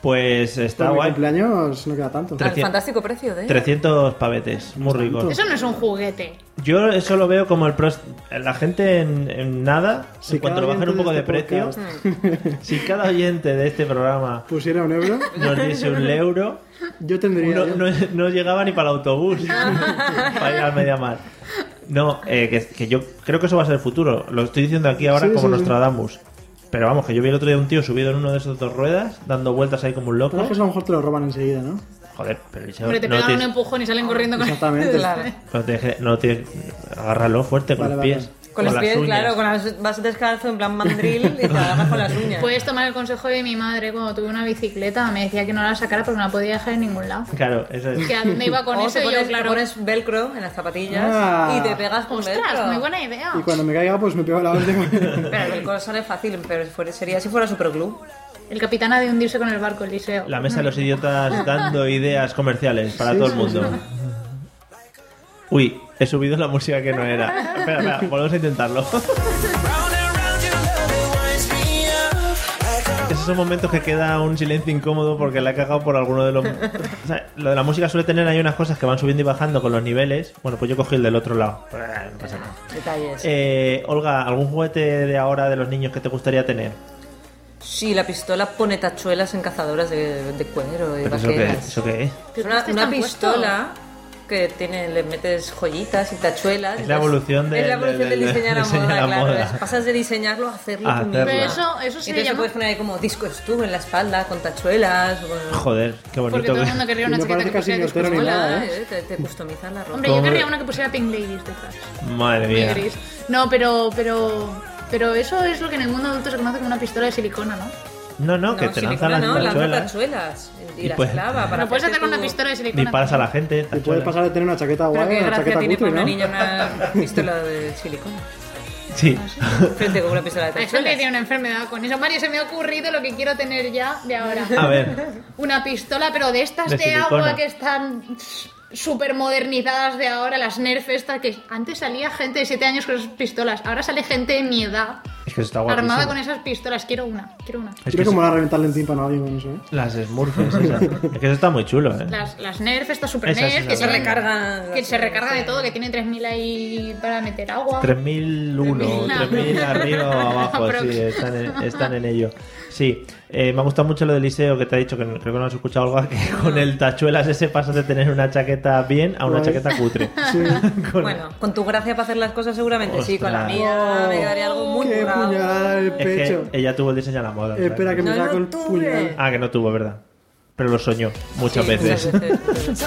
Speaker 1: Pues está
Speaker 2: Para mi
Speaker 1: guay.
Speaker 2: cumpleaños no queda tanto.
Speaker 4: Al
Speaker 1: 300.
Speaker 4: fantástico precio de
Speaker 1: 300 pavetes, muy rico.
Speaker 3: Eso no es un juguete.
Speaker 1: Yo eso lo veo como el pros... La gente en, en nada,
Speaker 2: Si
Speaker 1: en cuanto
Speaker 2: cada
Speaker 1: bajen un
Speaker 2: oyente
Speaker 1: poco de,
Speaker 2: de este
Speaker 1: precio, si cada oyente de este programa
Speaker 2: Pusiera un euro,
Speaker 1: nos diese un euro,
Speaker 2: yo tendría.
Speaker 1: no,
Speaker 2: yo-
Speaker 1: no- no llegaba ni para el autobús para ir al Mediamar. No, eh, que, que yo creo que eso va a ser el futuro. Lo estoy diciendo aquí ahora
Speaker 2: Sí,
Speaker 1: como
Speaker 2: sí, sí.
Speaker 1: Nostradamus. Pero vamos, que yo vi el otro día un tío subido en uno de esos dos ruedas, dando vueltas ahí como un
Speaker 2: Pero
Speaker 1: loco.
Speaker 2: es que eso a lo mejor te lo roban enseguida, ¿no?
Speaker 1: Joder, pero eso
Speaker 3: Hombre, te
Speaker 1: no
Speaker 3: pegan un
Speaker 1: tienes-
Speaker 3: empujón y salen corriendo con
Speaker 2: Exactamente.
Speaker 4: Claro.
Speaker 1: No te deje- no te- agárralo fuerte con
Speaker 2: Vale,
Speaker 1: los
Speaker 2: vale.
Speaker 1: pies.
Speaker 4: Con los
Speaker 1: las
Speaker 4: pies,
Speaker 1: uñas.
Speaker 4: claro, con las, vas descalzo en plan mandril y te agarras con las uñas.
Speaker 3: Puedes tomar el consejo de mi madre cuando tuve una bicicleta. Me decía que no la sacara porque no la podía dejar en ningún lado.
Speaker 1: Claro, eso es.
Speaker 3: Que a dónde iba con
Speaker 4: O
Speaker 3: eso
Speaker 4: Oh, te
Speaker 3: y
Speaker 4: pones,
Speaker 3: yo, claro.
Speaker 4: te pones velcro en las zapatillas
Speaker 2: Ah.
Speaker 4: y te pegas con velcro.
Speaker 3: Ostras, muy buena idea.
Speaker 2: Y cuando me caiga, pues me pego la última.
Speaker 4: Pero el velcro sale fácil, pero fuera- sería si fuera superglue.
Speaker 3: El capitán ha de hundirse con el Mm. barco, Eliseo.
Speaker 1: La mesa de los idiotas dando ideas comerciales para
Speaker 2: Sí,
Speaker 1: todo el
Speaker 2: sí,
Speaker 1: mundo. Uy, he subido la música que no era. Espera, espera, volvemos a intentarlo. Esos son momentos que queda un silencio incómodo porque la he cagado por alguno de los... O sea, lo de la música suele tener hay unas cosas que van subiendo y bajando con los niveles. Bueno, pues yo cogí el del otro lado. No pasa nada.
Speaker 4: Detalles.
Speaker 1: Eh, Olga, ¿algún juguete de ahora de los niños que te gustaría tener?
Speaker 4: Sí, la pistola pone tachuelas en cazadoras de, de cuero y
Speaker 1: Pero Pues eso qué,
Speaker 4: vaqueras.
Speaker 1: ¿Eso qué es?
Speaker 3: ¿Pero
Speaker 4: Una,
Speaker 3: qué te
Speaker 4: una
Speaker 3: han puesto?
Speaker 4: pistola que tiene, le metes joyitas y tachuelas.
Speaker 1: Es la evolución de-
Speaker 4: Es la evolución
Speaker 1: de-
Speaker 4: del
Speaker 1: de-
Speaker 4: diseño a la
Speaker 1: diseño a
Speaker 4: moda,
Speaker 1: la
Speaker 4: claro.
Speaker 1: moda.
Speaker 4: es- pasas de diseñarlo a hacerlo
Speaker 1: A
Speaker 4: tú mismo.
Speaker 1: hacerlo.
Speaker 3: Pero eso- eso se
Speaker 4: Entonces
Speaker 3: le
Speaker 4: te
Speaker 3: llama-
Speaker 4: puedes poner ahí como disco estuvo en la espalda, con tachuelas. con-
Speaker 1: Joder, qué
Speaker 3: Porque
Speaker 1: bonito. ¿eh?
Speaker 3: todo el
Speaker 1: que-
Speaker 3: mundo querría
Speaker 2: Y
Speaker 3: una
Speaker 2: no
Speaker 3: chaqueta
Speaker 2: parece
Speaker 3: que
Speaker 2: casi
Speaker 3: pusiera
Speaker 2: ni
Speaker 3: discos.
Speaker 2: austero ni
Speaker 3: Hola.
Speaker 2: nada,
Speaker 4: Hola, eh, Te, te customizan la ropa.
Speaker 3: Hombre, yo
Speaker 1: Hombre.
Speaker 3: querría una que pusiera Pink Ladies detrás.
Speaker 1: Madre
Speaker 3: Muy
Speaker 1: mía.
Speaker 3: gris. No, pero, pero, pero eso es lo que en el mundo adulto se conoce como una pistola de silicona, ¿no?
Speaker 1: No, no,
Speaker 4: No,
Speaker 1: que te
Speaker 4: silicona
Speaker 1: lanzan las
Speaker 4: no, lanza
Speaker 1: tachuelas
Speaker 4: tachuelas. Y,
Speaker 1: Y
Speaker 4: las
Speaker 1: pues-
Speaker 4: clava para
Speaker 3: No puedes
Speaker 4: hacerte
Speaker 3: hacer una
Speaker 4: tu-
Speaker 3: pistola de silicona.
Speaker 1: Ni paras a la gente.
Speaker 2: Y puedes
Speaker 1: tachuelas.
Speaker 2: pasar de tener una chaqueta
Speaker 4: Pero
Speaker 2: guay
Speaker 4: qué
Speaker 2: a una
Speaker 4: gracia
Speaker 2: chaqueta
Speaker 4: tiene
Speaker 2: cutre,
Speaker 4: para
Speaker 2: ¿no?
Speaker 4: una niña una pistola de silicona.
Speaker 1: Sí.
Speaker 4: Frente con una pistola de
Speaker 3: Hay gente que tiene
Speaker 4: tachuelas.
Speaker 3: una enfermedad con eso. Mario, se me ha ocurrido lo que quiero tener ya de ahora.
Speaker 1: A ver,
Speaker 3: Una pistola, pero de estas
Speaker 1: Ah. De
Speaker 3: de,
Speaker 1: silicona.
Speaker 3: agua que están súper modernizadas de ahora, las Nerf estas, que antes salía gente de 7 años con esas pistolas, ahora sale gente de mi edad
Speaker 1: es que eso está guapísimo.
Speaker 3: armada con esas pistolas. Quiero una, quiero una.
Speaker 1: Es que
Speaker 2: Quiero como la reventarle un tímpano a alguien con eso, ¿eh?
Speaker 1: Las smurfs, esas. es que eso está muy chulo, ¿eh?
Speaker 3: Las, las Nerf, estas super
Speaker 1: Esas,
Speaker 3: Nerf,
Speaker 1: esas,
Speaker 3: que se
Speaker 1: esas.
Speaker 3: recargan, que se recarga de
Speaker 4: Sí.
Speaker 3: todo, que tiene 3000 ahí para meter agua.
Speaker 1: 3001,
Speaker 3: 3000.
Speaker 1: 3000 arriba o abajo,
Speaker 3: Aprox.
Speaker 1: sí, están en, están en ello. Sí, eh, me ha gustado mucho lo del liceo que te ha dicho, que no- creo que no has escuchado algo, que con el tachuelas ese pasas de tener una chaqueta bien a una
Speaker 2: Guay.
Speaker 1: chaqueta cutre.
Speaker 2: Sí.
Speaker 1: Con-
Speaker 4: Bueno, con tu gracia para hacer las cosas seguramente sí, con la
Speaker 1: Ostras.
Speaker 4: mía Ah, me quedaría algo muy
Speaker 2: ¡Qué
Speaker 4: bravo.
Speaker 2: puñalada en el
Speaker 1: es que
Speaker 2: pecho!
Speaker 1: ella tuvo el diseño a la moda. o sea
Speaker 2: Espera que
Speaker 4: No
Speaker 2: me
Speaker 4: lo
Speaker 2: cago el
Speaker 4: tuve.
Speaker 2: puñal.
Speaker 1: Ah, que no tuvo, ¿verdad? Pero lo soñó muchas
Speaker 4: Sí,
Speaker 1: veces.
Speaker 4: muchas veces.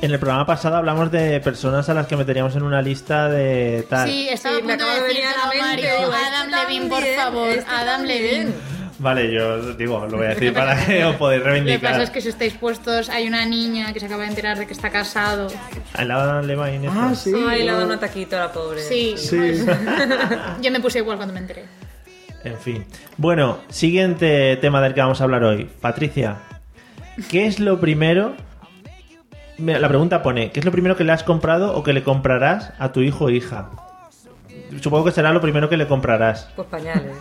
Speaker 1: En el programa pasado hablamos de personas a las que meteríamos en una lista de tal.
Speaker 3: Sí, estaba
Speaker 4: Sí,
Speaker 3: a
Speaker 4: me
Speaker 3: punto
Speaker 4: acaba
Speaker 3: de
Speaker 4: de venir
Speaker 3: decir
Speaker 4: a la mente,
Speaker 3: Mario.
Speaker 4: digo,
Speaker 3: Adam
Speaker 4: este
Speaker 3: Levine, por
Speaker 4: también,
Speaker 3: favor,
Speaker 4: este
Speaker 3: Adam
Speaker 4: también.
Speaker 3: Levine.
Speaker 1: Vale, yo digo, lo voy a decir para que os podáis
Speaker 3: Lo que pasa
Speaker 1: reivindicar.
Speaker 3: es que si estáis puestos, hay una niña que se acaba de enterar de que está casado.
Speaker 1: Al lado de Levine, esto.
Speaker 2: Ah, sí.
Speaker 4: Ay, le ha dado un
Speaker 2: no.
Speaker 4: ataquito a la pobre.
Speaker 3: Sí.
Speaker 2: Sí.
Speaker 3: Yo me puse igual cuando me enteré.
Speaker 1: En fin. Bueno, siguiente tema del que vamos a hablar hoy. Patricia, ¿qué es lo primero? Mira, la pregunta pone, ¿qué es lo primero que le has comprado o que le comprarás a tu hijo o hija? Supongo que será lo primero que le comprarás.
Speaker 4: Pues pañales.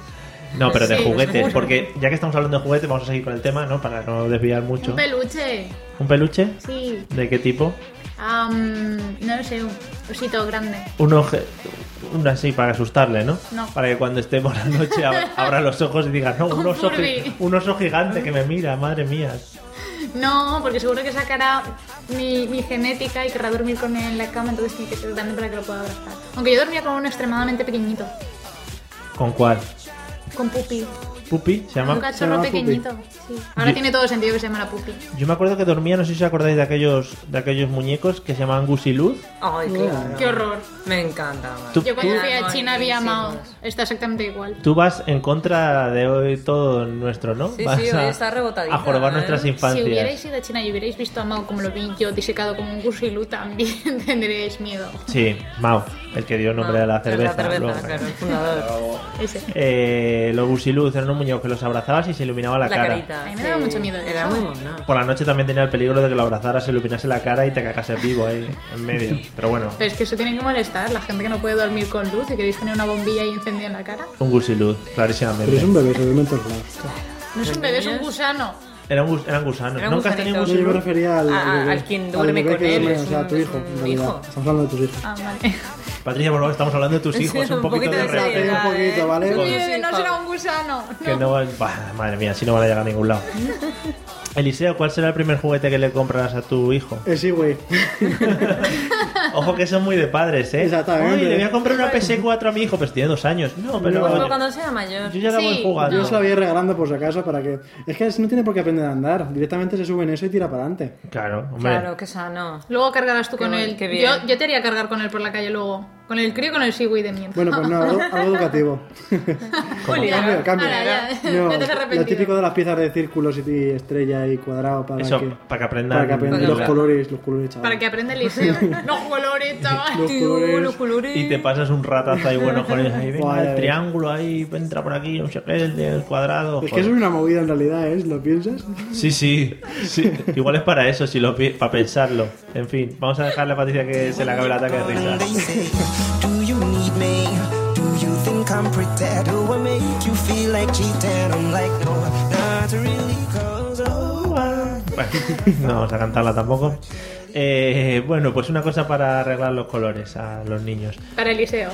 Speaker 1: No, pero de
Speaker 3: Pues Sí,
Speaker 1: juguetes,
Speaker 3: seguro.
Speaker 1: porque ya que estamos hablando de juguetes, vamos a seguir con el tema, ¿no? Para no desviar mucho.
Speaker 3: Un peluche,
Speaker 1: ¿Un peluche?
Speaker 3: sí.
Speaker 1: ¿De qué tipo?
Speaker 3: Am, no lo sé, un osito grande.
Speaker 1: Un oje... Un así para asustarle, ¿no?
Speaker 3: No.
Speaker 1: Para que cuando esté por la noche ab- abra los ojos y diga, no, un
Speaker 3: Un
Speaker 1: oso,
Speaker 3: Furby.
Speaker 1: gi- un oso gigante que me mira, madre mía.
Speaker 3: No, porque seguro que sacará mi, mi genética y querrá dormir con él en la cama, entonces tiene que ser grande para que lo pueda abrazar. Aunque yo dormía con uno extremadamente pequeñito,
Speaker 1: ¿Con cuál?
Speaker 3: con pupi.
Speaker 1: Pupi se
Speaker 3: Un
Speaker 1: llama.
Speaker 3: cachorro
Speaker 2: se llama Pupi.
Speaker 3: pequeñito. sí. Ahora
Speaker 1: Yo-
Speaker 3: tiene todo sentido que se llama la pupi.
Speaker 1: Yo me acuerdo que dormía, no sé si os acordáis de aquellos, de aquellos muñecos que se llamaban Gus y Luz.
Speaker 4: Ay, claro.
Speaker 3: Qué horror.
Speaker 4: Me encanta. madre.
Speaker 1: Tú-
Speaker 3: Yo cuando
Speaker 4: Eran
Speaker 3: fui a China había Mao.
Speaker 4: buenísimos.
Speaker 3: Está exactamente igual.
Speaker 1: Tú vas en contra de hoy todo nuestro, ¿no?
Speaker 4: Sí,
Speaker 1: vas
Speaker 4: sí, hoy está rebotadita,
Speaker 1: A jorobar
Speaker 4: ¿eh?
Speaker 1: nuestras
Speaker 3: Si
Speaker 1: infancias.
Speaker 3: hubierais ido a China y hubierais visto a Mao como lo vi yo, disecado como un gusilú, también tendréis miedo.
Speaker 1: sí, Mao, el que dio nombre
Speaker 4: Ah,
Speaker 1: a la cerveza.
Speaker 4: La cerveza,
Speaker 1: luego.
Speaker 4: claro, el fundador.
Speaker 3: Ese.
Speaker 1: Eh, los gusiluz eran unos muñecos que los abrazabas y se iluminaba la,
Speaker 4: La
Speaker 1: cara.
Speaker 4: carita.
Speaker 3: A mí me daba mucho miedo
Speaker 4: Era
Speaker 3: eso.
Speaker 4: muy mono.
Speaker 1: Por la noche también tenía el peligro de que lo abrazaras, se iluminase la cara y te cagas vivo ahí en medio. Pero bueno,
Speaker 3: Pero es que eso tiene que molestar. La gente que no puede dormir con luz y queréis tener una bombilla y incendio en la cara.
Speaker 1: un gusiluz,
Speaker 2: Pero es
Speaker 1: clarísimamente.
Speaker 2: un bebé, se duerme en todos lados.
Speaker 3: No es un bebé, es un gusano.
Speaker 1: Era un gus- eran gusanos.
Speaker 4: Eran
Speaker 1: ¿Nunca has tenido un
Speaker 4: gusanitos.
Speaker 2: No, yo me
Speaker 1: gusiluz?
Speaker 2: refería al,
Speaker 4: A- a-
Speaker 2: bebé,
Speaker 4: al quien duerme
Speaker 2: bebé
Speaker 4: con
Speaker 2: que
Speaker 4: él,
Speaker 2: duerme,
Speaker 4: es
Speaker 2: o sea, tu
Speaker 4: un-
Speaker 2: hijo, en
Speaker 4: un
Speaker 2: realidad.
Speaker 4: hijo.
Speaker 2: Estamos hablando de tus hijos.
Speaker 3: Ah, vale.
Speaker 1: Patricia, por favor, estamos hablando de tus hijos. Un poquito de
Speaker 2: seriedad.
Speaker 1: respeto.
Speaker 2: respeto. Un poquito, ¿vale?
Speaker 4: Con
Speaker 2: Sí,
Speaker 4: tus
Speaker 3: No
Speaker 4: hijos.
Speaker 3: será un gusano.
Speaker 1: Que no van- Bah, madre mía, si no van a llegar a ningún lado. Eliseo, ¿cuál será el primer juguete que le comprarás a tu hijo?
Speaker 2: Eh, sí, güey.
Speaker 1: Ojo que son muy de padres, ¿eh?
Speaker 2: Exactamente.
Speaker 1: Ay, le voy a comprar una PS4 a mi hijo, pues tiene dos años. No, pero
Speaker 4: Luego cuando sea mayor.
Speaker 1: yo ya la voy
Speaker 3: Sí,
Speaker 4: Ah.
Speaker 1: jugando.
Speaker 2: Yo se la voy regalando por si acaso para que. Es que no tiene por qué aprender a andar. Directamente se sube en eso y tira para adelante.
Speaker 1: Claro, hombre.
Speaker 4: Claro, que sano.
Speaker 3: Luego cargarás tú
Speaker 4: Qué
Speaker 3: con
Speaker 4: bueno,
Speaker 3: él.
Speaker 4: qué bien.
Speaker 3: Yo, yo te haría cargar con él por la calle luego. Con el crío y con el siwi de mierda.
Speaker 2: Bueno, pues no, algo, algo educativo. Cambio, cambio.
Speaker 3: Ahora, ya,
Speaker 2: No,
Speaker 3: ya te has
Speaker 2: lo
Speaker 3: arrepentido.
Speaker 2: típico de las piezas de círculos y- y estrella y cuadrado para
Speaker 1: Eso,
Speaker 2: que.
Speaker 1: para que aprendan.
Speaker 2: Para que aprendan
Speaker 1: Claro.
Speaker 2: los colores, los colores, chaval.
Speaker 3: Para que aprenda el liceo. Los colores, chaval.
Speaker 2: Los
Speaker 4: Tío,
Speaker 2: colores.
Speaker 4: los colores.
Speaker 1: Y te pasas un ratazo ahí bueno con ahí. Venga,
Speaker 2: Vale.
Speaker 1: el triángulo ahí, entra por aquí, no sé qué, el del cuadrado.
Speaker 2: Es que eso es
Speaker 1: joder.
Speaker 2: una movida en realidad, ¿eh? ¿Lo piensas?
Speaker 1: Sí, sí, sí. Igual es para eso, si lo pi- para pensarlo. En fin, vamos a dejarle a Patricia que se le acabe el ataque de
Speaker 5: And they
Speaker 1: risa.
Speaker 5: say, Do you need me? Do you think I'm pretend? Do I make you feel like cheating? I'm like, no, not really, cause oh, I
Speaker 1: Bueno, no vamos a cantarla tampoco. Eh, bueno, pues una cosa para arreglar los colores a los niños.
Speaker 3: Para el liceo.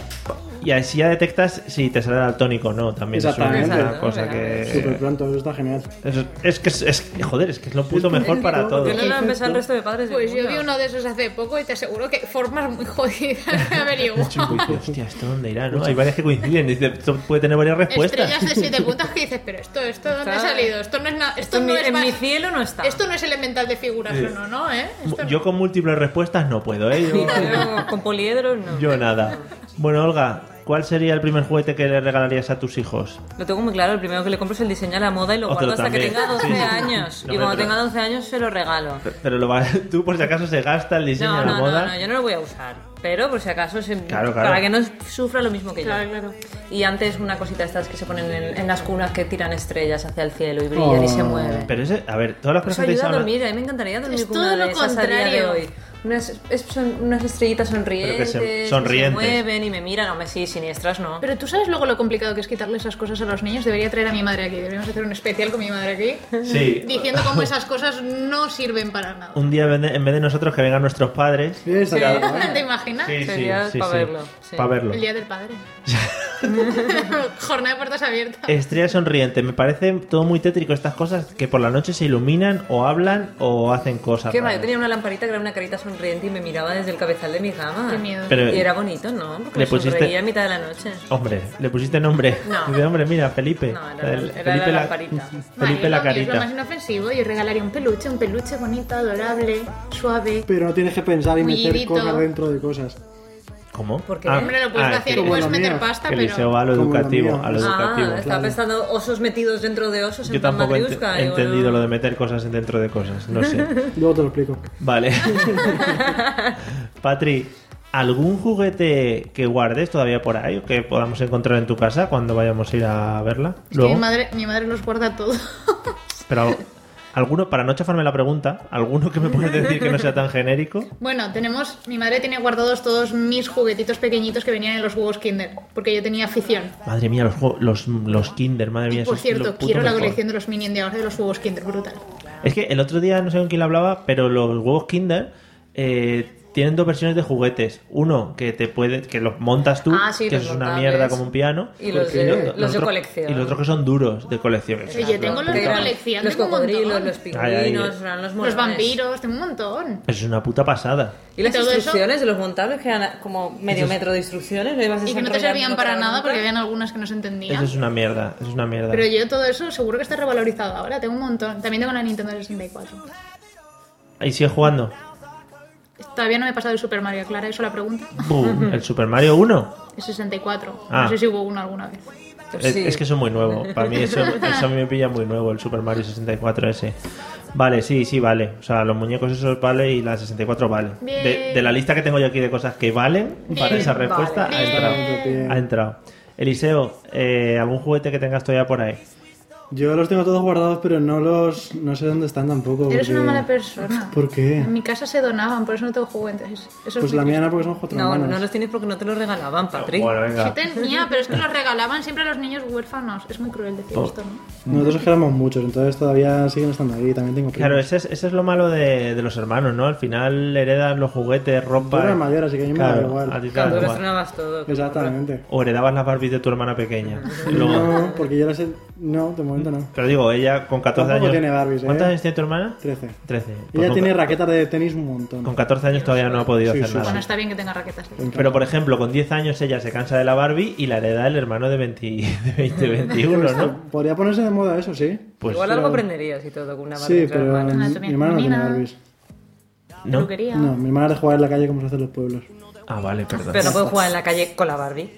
Speaker 1: Y así ya detectas si te sale daltónico o no. También es una,
Speaker 2: Exactamente.
Speaker 1: una cosa
Speaker 2: Súper
Speaker 1: que.
Speaker 2: pronto, eso está genial.
Speaker 1: Es, es que es, es- joder, es que es lo puto mejor para
Speaker 4: ¿Por
Speaker 1: todos.
Speaker 4: qué no lo han pensado el resto de padres? del
Speaker 3: Pues yo
Speaker 4: mundo?
Speaker 3: vi uno de esos hace poco y te aseguro que formas muy jodidas de averiguar.
Speaker 1: Uy, hostia, ¿esto dónde irá? no? Hay varias que coinciden. Dice, esto puede tener varias respuestas.
Speaker 3: Estrellas de siete puntas que dices, pero esto, esto, ¿dónde ha
Speaker 4: Está-
Speaker 3: salido? Esto no es nada. Esto,
Speaker 4: Esto en,
Speaker 3: no
Speaker 4: mi,
Speaker 3: es
Speaker 4: en
Speaker 3: ba-
Speaker 4: mi cielo no está.
Speaker 3: Esto no es elemental de figuras, no, no, no, ¿eh? Esto
Speaker 1: Yo
Speaker 3: no.
Speaker 1: con múltiples respuestas no puedo, ¿eh? Yo,
Speaker 4: Pero con poliedros no.
Speaker 1: yo nada. Bueno, Olga, ¿cuál sería el primer juguete que le regalarías a tus hijos?
Speaker 4: Lo tengo muy claro, el primero que le compro es el diseño a la moda y lo
Speaker 1: Otro
Speaker 4: guardo hasta
Speaker 1: también.
Speaker 4: que tenga 12
Speaker 1: Sí, sí.
Speaker 4: años.
Speaker 1: No
Speaker 4: y
Speaker 1: me
Speaker 4: cuando
Speaker 1: tra-
Speaker 4: tenga 12 años se lo regalo.
Speaker 1: Pero lo va- tú, por si acaso, se gasta el diseño
Speaker 4: No,
Speaker 1: de la
Speaker 4: no,
Speaker 1: moda.
Speaker 4: no, no, yo no lo voy a usar. Pero por si acaso, se-
Speaker 1: Claro, claro.
Speaker 4: para que no sufra lo mismo que yo.
Speaker 3: Claro, claro.
Speaker 4: Y antes una cosita estas que se ponen en, en las cunas que tiran estrellas hacia el cielo y brillan y se
Speaker 2: Oh.
Speaker 4: mueven.
Speaker 1: Pero ese, a ver, todas las
Speaker 4: Eso
Speaker 1: cosas que
Speaker 4: Pues ayuda a
Speaker 1: hablan-
Speaker 4: dormir, a mí me encantaría dormir
Speaker 3: Es
Speaker 4: con
Speaker 3: todo
Speaker 4: una
Speaker 3: lo
Speaker 4: de esas a día de
Speaker 3: contrario.
Speaker 4: hoy. Unas, es- son unas estrellitas sonrientes,
Speaker 1: se-
Speaker 4: que
Speaker 1: sonrientes.
Speaker 4: mueven y me miran, hombre, sí, siniestras no.
Speaker 3: Pero tú sabes luego lo complicado que es quitarle esas cosas a los niños. Debería traer a mi madre aquí. Deberíamos hacer un especial con mi madre aquí.
Speaker 1: Sí.
Speaker 3: Diciendo cómo esas cosas no sirven para nada.
Speaker 1: Un día, en vez de- en vez de nosotros, que vengan nuestros padres.
Speaker 2: Sí, está claro, ¿eh?
Speaker 3: ¿Te imaginas?
Speaker 4: Sería pa' verlo, sí.
Speaker 1: Pa' verlo.
Speaker 3: El día del padre. Jornada de puertas abiertas.
Speaker 1: Estrella sonriente, me parece todo muy tétrico estas cosas que por la noche se iluminan o hablan o hacen cosas.
Speaker 4: Qué va,
Speaker 1: raras.
Speaker 4: yo tenía una lamparita que era una carita sonriente y me miraba desde el cabezal de mi cama.
Speaker 3: Qué miedo.
Speaker 1: Pero-
Speaker 4: y era bonito, ¿no? Porque
Speaker 1: Eh, ¿Le
Speaker 4: me
Speaker 1: pusiste-
Speaker 4: sonreía a mitad de la noche.
Speaker 1: Hombre, le pusiste nombre.
Speaker 4: No.
Speaker 1: Dice, hombre, mira, Felipe.
Speaker 4: No, era-
Speaker 1: El-
Speaker 4: era la
Speaker 1: Felipe
Speaker 4: lamparita. Ah,
Speaker 1: Felipe la
Speaker 3: Vale, lo que Es lo más
Speaker 1: carita.
Speaker 3: inofensivo. Yo regalaría un peluche, un peluche bonito, adorable, suave.
Speaker 1: Ah,
Speaker 2: Pero no tienes que pensar y meter
Speaker 3: Mullidito.
Speaker 2: cosas dentro de cosas.
Speaker 1: ¿Cómo? Ah,
Speaker 4: ¿Por qué?
Speaker 3: Hombre, lo puedes hacer y
Speaker 1: que-
Speaker 2: Como
Speaker 3: puedes
Speaker 2: la
Speaker 3: meter
Speaker 2: mía,
Speaker 3: pasta,
Speaker 1: que
Speaker 3: pero.
Speaker 1: Eliseo va a lo
Speaker 2: Como la
Speaker 1: educativo,
Speaker 2: mía.
Speaker 1: a lo
Speaker 4: Ah,
Speaker 1: educativo.
Speaker 4: estaba pensando osos metidos dentro de osos
Speaker 1: Yo
Speaker 4: en plan
Speaker 1: tampoco he ent-
Speaker 4: matriusca,
Speaker 1: he
Speaker 4: digo,
Speaker 1: entendido
Speaker 4: no.
Speaker 1: lo de meter cosas dentro de cosas, no sé.
Speaker 2: Luego te lo explico.
Speaker 1: Vale. Patri, ¿algún juguete que guardes todavía por ahí o que podamos encontrar en tu casa cuando vayamos a ir a verla?
Speaker 3: Es que mi madre, mi madre los guarda todo.
Speaker 1: Pero alguno, para no chafarme la pregunta, ¿alguno que me puedes decir que no sea tan genérico?
Speaker 3: Bueno, tenemos. Mi madre tiene guardados todos mis juguetitos pequeñitos que venían en los huevos Kinder, porque yo tenía afición.
Speaker 1: Madre mía, los, juegos- los, los Kinder, madre mía.
Speaker 3: Y
Speaker 1: eso
Speaker 3: por
Speaker 1: es
Speaker 3: cierto,
Speaker 1: lo puto
Speaker 3: quiero la
Speaker 1: mejor.
Speaker 3: colección de los Minion de ahora de los huevos Kinder, brutal.
Speaker 1: Es que el otro día no sé con quién lo hablaba, pero los huevos Kinder eh, tienen dos versiones de juguetes. Uno que te puede, que los montas tú,
Speaker 4: Ah, sí,
Speaker 1: que
Speaker 4: los
Speaker 1: eso es una
Speaker 4: montables.
Speaker 1: mierda como un piano.
Speaker 4: Y los
Speaker 1: Y
Speaker 4: de-
Speaker 1: lo-
Speaker 4: los de
Speaker 1: otro-
Speaker 4: colección.
Speaker 1: Y los otros que son duros de colección.
Speaker 3: Oye, yo tengo los de
Speaker 4: Eran
Speaker 3: colección,
Speaker 4: Los
Speaker 3: tengo un
Speaker 4: cocodrilos,
Speaker 3: montón.
Speaker 4: los
Speaker 1: Ah, Ay, ay,
Speaker 4: pingüinos, eran los
Speaker 3: Los
Speaker 4: morones.
Speaker 3: vampiros, tengo un montón.
Speaker 1: Eso es una puta pasada.
Speaker 4: Y las
Speaker 3: ¿Y todo eso?
Speaker 4: instrucciones de los montables, que eran como medio metro de instrucciones. lo ibas
Speaker 3: Y que no te
Speaker 4: desarrollando
Speaker 3: servían para
Speaker 4: cada
Speaker 3: nada
Speaker 4: nota.
Speaker 3: porque habían algunas que no
Speaker 1: Eso
Speaker 3: se entendían.
Speaker 1: es una mierda, eso es una mierda.
Speaker 3: Pero yo todo eso seguro que está revalorizado ahora, tengo un montón. También tengo la Nintendo 64.
Speaker 1: Ahí sigue jugando.
Speaker 3: Todavía no me he pasado el Super Mario, Clara, eso la pregunta.
Speaker 1: Boom, el Super Mario 1.
Speaker 3: El 64.
Speaker 1: Ah.
Speaker 3: No sé si hubo uno alguna vez.
Speaker 4: Pues
Speaker 1: Eh, Es,
Speaker 4: sí.
Speaker 1: es que eso es muy nuevo. Para mí eso, eso a mí me pilla muy nuevo, el Super Mario 64 ese. Vale, sí, sí, vale. O sea, los muñecos esos vale y la 64 vale.
Speaker 3: Bien.
Speaker 1: De, de la lista que tengo yo aquí de cosas que valen, para
Speaker 3: Bien,
Speaker 1: esa respuesta
Speaker 3: vale.
Speaker 1: ha
Speaker 2: Bien.
Speaker 1: entrado. Ha entrado. Eliseo, eh, ¿algún juguete que tengas todavía por ahí?
Speaker 2: Yo los tengo todos guardados, pero no los. No sé dónde están tampoco.
Speaker 3: Eres una
Speaker 2: porque-
Speaker 3: mala persona.
Speaker 2: ¿Por qué?
Speaker 3: En mi casa se donaban, por eso no tengo juguetes. Eso
Speaker 2: Pues
Speaker 3: es muy
Speaker 2: la mía
Speaker 3: triste.
Speaker 2: no, porque son cuatro
Speaker 4: No,
Speaker 2: hermanos.
Speaker 4: no los tienes porque no te los regalaban, Patrick.
Speaker 1: Bueno,
Speaker 3: Sí
Speaker 1: venga.
Speaker 3: tenía, pero es que los regalaban siempre a los niños huérfanos. Es muy cruel decir
Speaker 1: Oh.
Speaker 3: esto, ¿no?
Speaker 2: Nosotros es que éramos muchos, entonces todavía siguen estando ahí. También tengo primos.
Speaker 1: Claro, ese es, ese es lo malo de, de los hermanos, ¿no? Al final heredan los juguetes, ropa.
Speaker 2: Yo era mayor, así que a mí me
Speaker 1: Claro,
Speaker 2: daba igual.
Speaker 1: a ti te da
Speaker 4: Cuando lo
Speaker 1: igual.
Speaker 4: estrenabas todo.
Speaker 2: Exactamente.
Speaker 1: O heredabas las Barbies de tu hermana pequeña. Y luego-
Speaker 2: No, porque yo las he... No, de momento no.
Speaker 1: Pero digo, ella con 14
Speaker 2: Tampoco
Speaker 1: años.
Speaker 2: tiene Barbies, ¿eh?
Speaker 1: ¿Cuántos años tiene tu hermana?
Speaker 2: 13.
Speaker 1: 13. Pues
Speaker 2: Ella
Speaker 1: con,
Speaker 2: tiene raquetas de tenis un montón.
Speaker 1: con 14 años todavía no ha podido
Speaker 2: Sí,
Speaker 1: hacer
Speaker 2: sí,
Speaker 1: nada.
Speaker 3: Bueno, está bien que tenga raquetas.
Speaker 2: Le encanta.
Speaker 1: Pero por ejemplo, con 10 años ella se cansa de la Barbie y la hereda el hermano de 20, de 20 21, ¿no?
Speaker 2: Podría ponerse de moda eso, sí.
Speaker 1: Pues
Speaker 4: Igual algo aprenderías y todo con una madre
Speaker 2: Sí,
Speaker 4: y tu
Speaker 2: pero
Speaker 4: hermana.
Speaker 3: Ah,
Speaker 2: mm, mi
Speaker 3: tú mira,
Speaker 2: hermana no tiene
Speaker 3: mira.
Speaker 2: Barbies.
Speaker 1: no.
Speaker 3: Peluquería.
Speaker 2: No, mi hermana es de jugar en la calle como se hace en los pueblos.
Speaker 1: Ah, vale, perdón.
Speaker 4: Pero no puedes jugar en la calle con la Barbie.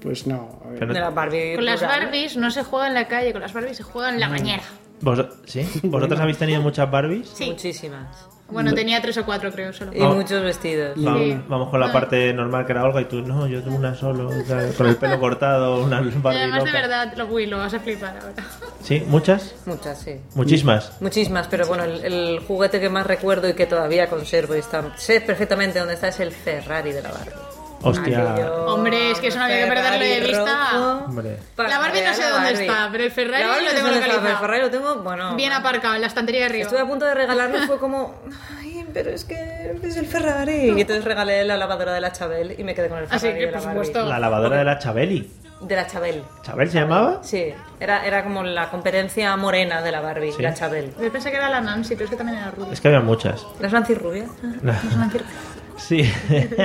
Speaker 2: Pues no. a ver.
Speaker 1: Pero-
Speaker 4: De la Barbie.
Speaker 3: Con las
Speaker 4: rural.
Speaker 3: Barbies no se juega en la calle, con las Barbies se juega
Speaker 2: Mm.
Speaker 3: en la bañera.
Speaker 1: ¿Vos- ¿Sí? ¿Vosotros habéis tenido muchas Barbies?
Speaker 3: Sí.
Speaker 4: Muchísimas.
Speaker 3: Bueno,
Speaker 2: Mm.
Speaker 3: tenía tres o cuatro, creo, solo.
Speaker 4: Y
Speaker 1: Vamos.
Speaker 4: muchos vestidos.
Speaker 1: Va-
Speaker 3: Sí. Ah.
Speaker 1: Vamos con la parte normal que era Olga y tú, no, yo tuve una solo, tal, con el pelo cortado, una
Speaker 3: Y
Speaker 1: Barbie
Speaker 3: además, de
Speaker 1: loca.
Speaker 3: verdad, lo, uy, lo vas a flipar ahora.
Speaker 1: ¿Sí? ¿Muchas?
Speaker 4: Muchas, sí.
Speaker 1: Muchísimas.
Speaker 4: Muchísimas, pero bueno, el, el juguete que más recuerdo y que todavía conservo y está, sé perfectamente dónde está es el Ferrari de la Barbie.
Speaker 1: Hostia.
Speaker 4: Aquello-
Speaker 3: Hombre, es que eso no había que perderle de
Speaker 4: Ferrari
Speaker 3: vista.
Speaker 4: rojo.
Speaker 1: Hombre.
Speaker 4: Para
Speaker 3: La Barbie no
Speaker 4: crear
Speaker 3: sé
Speaker 4: la
Speaker 3: dónde
Speaker 4: Barbie.
Speaker 3: está, pero el Ferrari
Speaker 4: La Barbie
Speaker 3: lo
Speaker 4: no sé
Speaker 3: tengo
Speaker 4: dónde está, pero
Speaker 3: localizado.
Speaker 4: El Ferrari lo tengo,
Speaker 3: Bien
Speaker 4: bueno. bueno.
Speaker 3: aparcado, en la estantería de arriba.
Speaker 4: Estuve a punto de regalarlo y fue como, ay, pero es que es el Ferrari. Y entonces regalé la lavadora de la Chabel y me quedé con el
Speaker 3: Así
Speaker 4: Ferrari
Speaker 3: Ah, que,
Speaker 4: de la
Speaker 3: por
Speaker 4: Barbie.
Speaker 3: supuesto.
Speaker 1: La lavadora de la Chabeli.
Speaker 4: De la Chabel.
Speaker 1: ¿Chabel se llamaba?
Speaker 4: Sí, era, era como la competencia morena de la Barbie,
Speaker 1: Sí.
Speaker 4: la Chabel.
Speaker 3: Yo pensé que era la Nancy, pero es que también era rubia.
Speaker 1: Es que había muchas.
Speaker 4: ¿Las Nancy Rubia?
Speaker 3: Es una circa.
Speaker 1: Sí.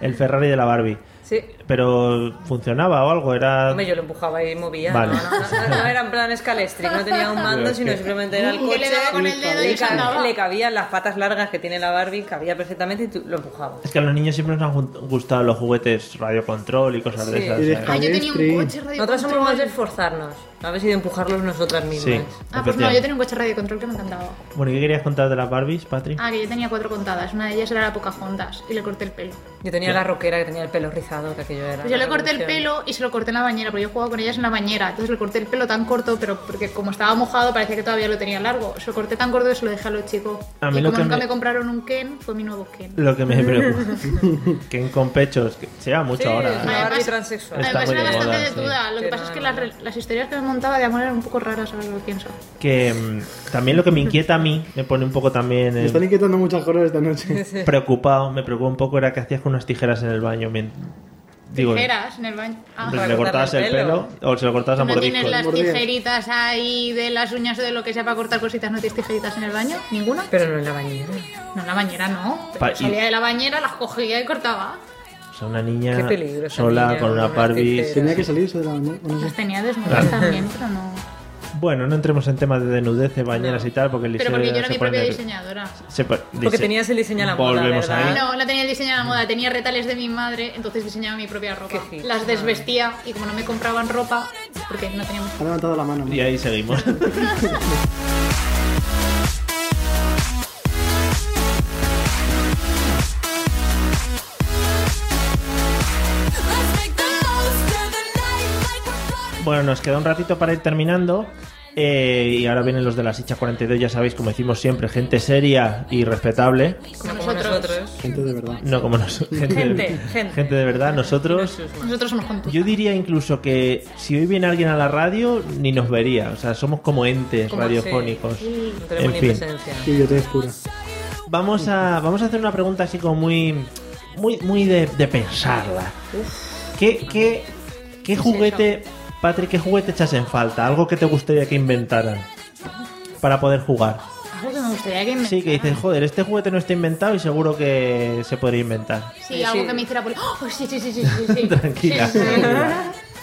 Speaker 1: el Ferrari de la Barbie.
Speaker 4: Sí.
Speaker 1: Pero funcionaba o algo, era...
Speaker 4: Hombre, yo lo empujaba y movía.
Speaker 1: Vale.
Speaker 4: No, no, no, no, no era en plan escalestric, no tenía un mando, sino simplemente era el
Speaker 3: Que
Speaker 4: coche.
Speaker 3: le daba con el dedo y
Speaker 4: le,
Speaker 3: se
Speaker 4: ca-
Speaker 3: andaba.
Speaker 4: le cabían las patas largas que tiene la Barbie, cabía perfectamente y tú lo empujabas.
Speaker 1: Es que a los niños siempre nos han gu- gustado los juguetes radiocontrol y cosas de
Speaker 4: Sí.
Speaker 1: esas.
Speaker 2: Y de
Speaker 1: ¿sabes?
Speaker 3: Ah, yo tenía
Speaker 2: Cabestri.
Speaker 3: un coche radio
Speaker 4: Nosotras somos más de
Speaker 3: control.
Speaker 4: esforzarnos, no haber sido empujarlos nosotras
Speaker 1: Sí,
Speaker 4: mismas.
Speaker 3: Ah, pues no,
Speaker 1: efectivamente.
Speaker 3: yo tenía un coche radio control que me encantaba.
Speaker 1: Bueno, ¿y ¿qué querías contar de las Barbies, Patri?
Speaker 3: Ah, que yo tenía cuatro contadas. Una de ellas era la Pocahontas y le corté el pelo.
Speaker 4: Yo tenía la roquera que tenía el pelo rizado, que aquello era.
Speaker 3: Pues yo
Speaker 4: la
Speaker 3: le corté el
Speaker 4: revolución.
Speaker 3: pelo y se lo corté en la bañera, porque yo jugaba con ellas en la bañera. Entonces le corté el pelo tan corto, pero porque como estaba mojado parecía que todavía lo tenía largo. Se lo corté tan corto que se lo dejé a los chicos.
Speaker 1: A mí
Speaker 3: y
Speaker 1: lo
Speaker 3: como
Speaker 1: que
Speaker 3: nunca
Speaker 1: me-
Speaker 3: me... compraron un Ken, fue mi nuevo Ken.
Speaker 1: Lo que me preocupa. que en con pechos. Que se lleva mucho
Speaker 4: Sí,
Speaker 1: ahora.
Speaker 4: es
Speaker 1: ¿eh?
Speaker 4: una Barbie transexual.
Speaker 1: Está
Speaker 3: Además
Speaker 1: muy
Speaker 3: era
Speaker 1: de
Speaker 3: bastante
Speaker 1: moda, sí.
Speaker 3: detuda. Lo que
Speaker 4: Sí,
Speaker 3: pasa
Speaker 4: no,
Speaker 3: es que
Speaker 4: no,
Speaker 3: las,
Speaker 4: no.
Speaker 3: re- las historias que me montaba de amor eran un poco raras, ahora que lo pienso.
Speaker 1: Que mm, también lo que me inquieta a mí, me pone un poco también... eh,
Speaker 2: Me están inquietando muchas cosas esta noche.
Speaker 1: preocupado, me preocupó un poco, era que hacías con unas tijeras en el baño. mien- Digo,
Speaker 3: Tijeras en el baño. Ah,
Speaker 1: pues
Speaker 4: para
Speaker 1: le
Speaker 4: cortarle
Speaker 1: cortabas el
Speaker 4: el
Speaker 1: pelo,
Speaker 4: pelo.
Speaker 1: o se lo cortabas a
Speaker 3: ¿No
Speaker 1: mordiscos.
Speaker 3: tienes las
Speaker 2: Mordiscos.
Speaker 3: tijeritas ahí de las uñas o de lo que sea para cortar cositas? ¿No tienes tijeritas en el baño? ¿Ninguna?
Speaker 4: Pero no en la bañera.
Speaker 3: No, en la bañera no.
Speaker 1: Pa- y-
Speaker 3: Salía de la bañera, las cogía y cortaba.
Speaker 1: O sea, una niña
Speaker 4: Qué peligro, esa
Speaker 1: sola
Speaker 4: niña,
Speaker 1: con una
Speaker 4: unas
Speaker 1: Barbie.
Speaker 4: tijeras.
Speaker 2: Tenía que salirse de la bañera. no sé.
Speaker 3: Las tenía desnudas también, pero no.
Speaker 1: Bueno, no entremos en temas de denudeces, bañeras y tal, porque el
Speaker 3: Pero
Speaker 1: liceo
Speaker 3: porque
Speaker 1: ya
Speaker 3: yo era
Speaker 1: se
Speaker 3: mi
Speaker 1: pone
Speaker 3: propia
Speaker 1: nervioso.
Speaker 3: diseñadora.
Speaker 1: Se po-
Speaker 4: Porque
Speaker 1: dice-
Speaker 4: tenías el diseño a la moda,
Speaker 1: Volvemos
Speaker 4: ¿verdad?
Speaker 1: ahí.
Speaker 3: No, no tenía el diseño de la moda, tenía retales de mi madre, entonces diseñaba mi propia ropa.
Speaker 4: Qué hit.
Speaker 3: Las desvestía y como no me compraban ropa, porque no teníamos.
Speaker 2: Ha levantado la mano. ¿no?
Speaker 1: Y ahí seguimos. Bueno, nos queda un ratito para ir terminando. eh, y ahora vienen los de la Sicha 42, ya sabéis, como decimos siempre, gente seria y respetable.
Speaker 4: No como
Speaker 3: Nosotros.
Speaker 4: nosotros.
Speaker 2: Gente de verdad.
Speaker 1: No como nosotros. Gente,
Speaker 4: Gente, gente.
Speaker 1: gente de verdad, nosotros.
Speaker 3: Nosotros somos juntos.
Speaker 1: Yo diría incluso que si hoy viene alguien a la radio, ni nos vería. O sea, somos como entes
Speaker 4: Como-
Speaker 1: radiofónicos.
Speaker 4: sí. No
Speaker 1: En
Speaker 4: tenemos ni
Speaker 1: fin.
Speaker 4: presencia.
Speaker 2: Sí, yo te pura.
Speaker 1: Vamos a, Ah, vamos a hacer una pregunta así como muy. Muy, muy de, de pensarla. ¿Qué, qué, qué juguete, Patrick, qué juguete echas en falta? Algo que te gustaría que inventaran para poder jugar.
Speaker 3: Algo que me gustaría que me.
Speaker 1: Sí, que dices, joder, este juguete no está inventado y seguro que se podría inventar.
Speaker 3: Sí, algo
Speaker 4: Sí.
Speaker 3: que me hiciera por. ¡Oh, sí, sí, sí, sí, sí, sí.
Speaker 1: Tranquila.
Speaker 3: Sí, sí, sí.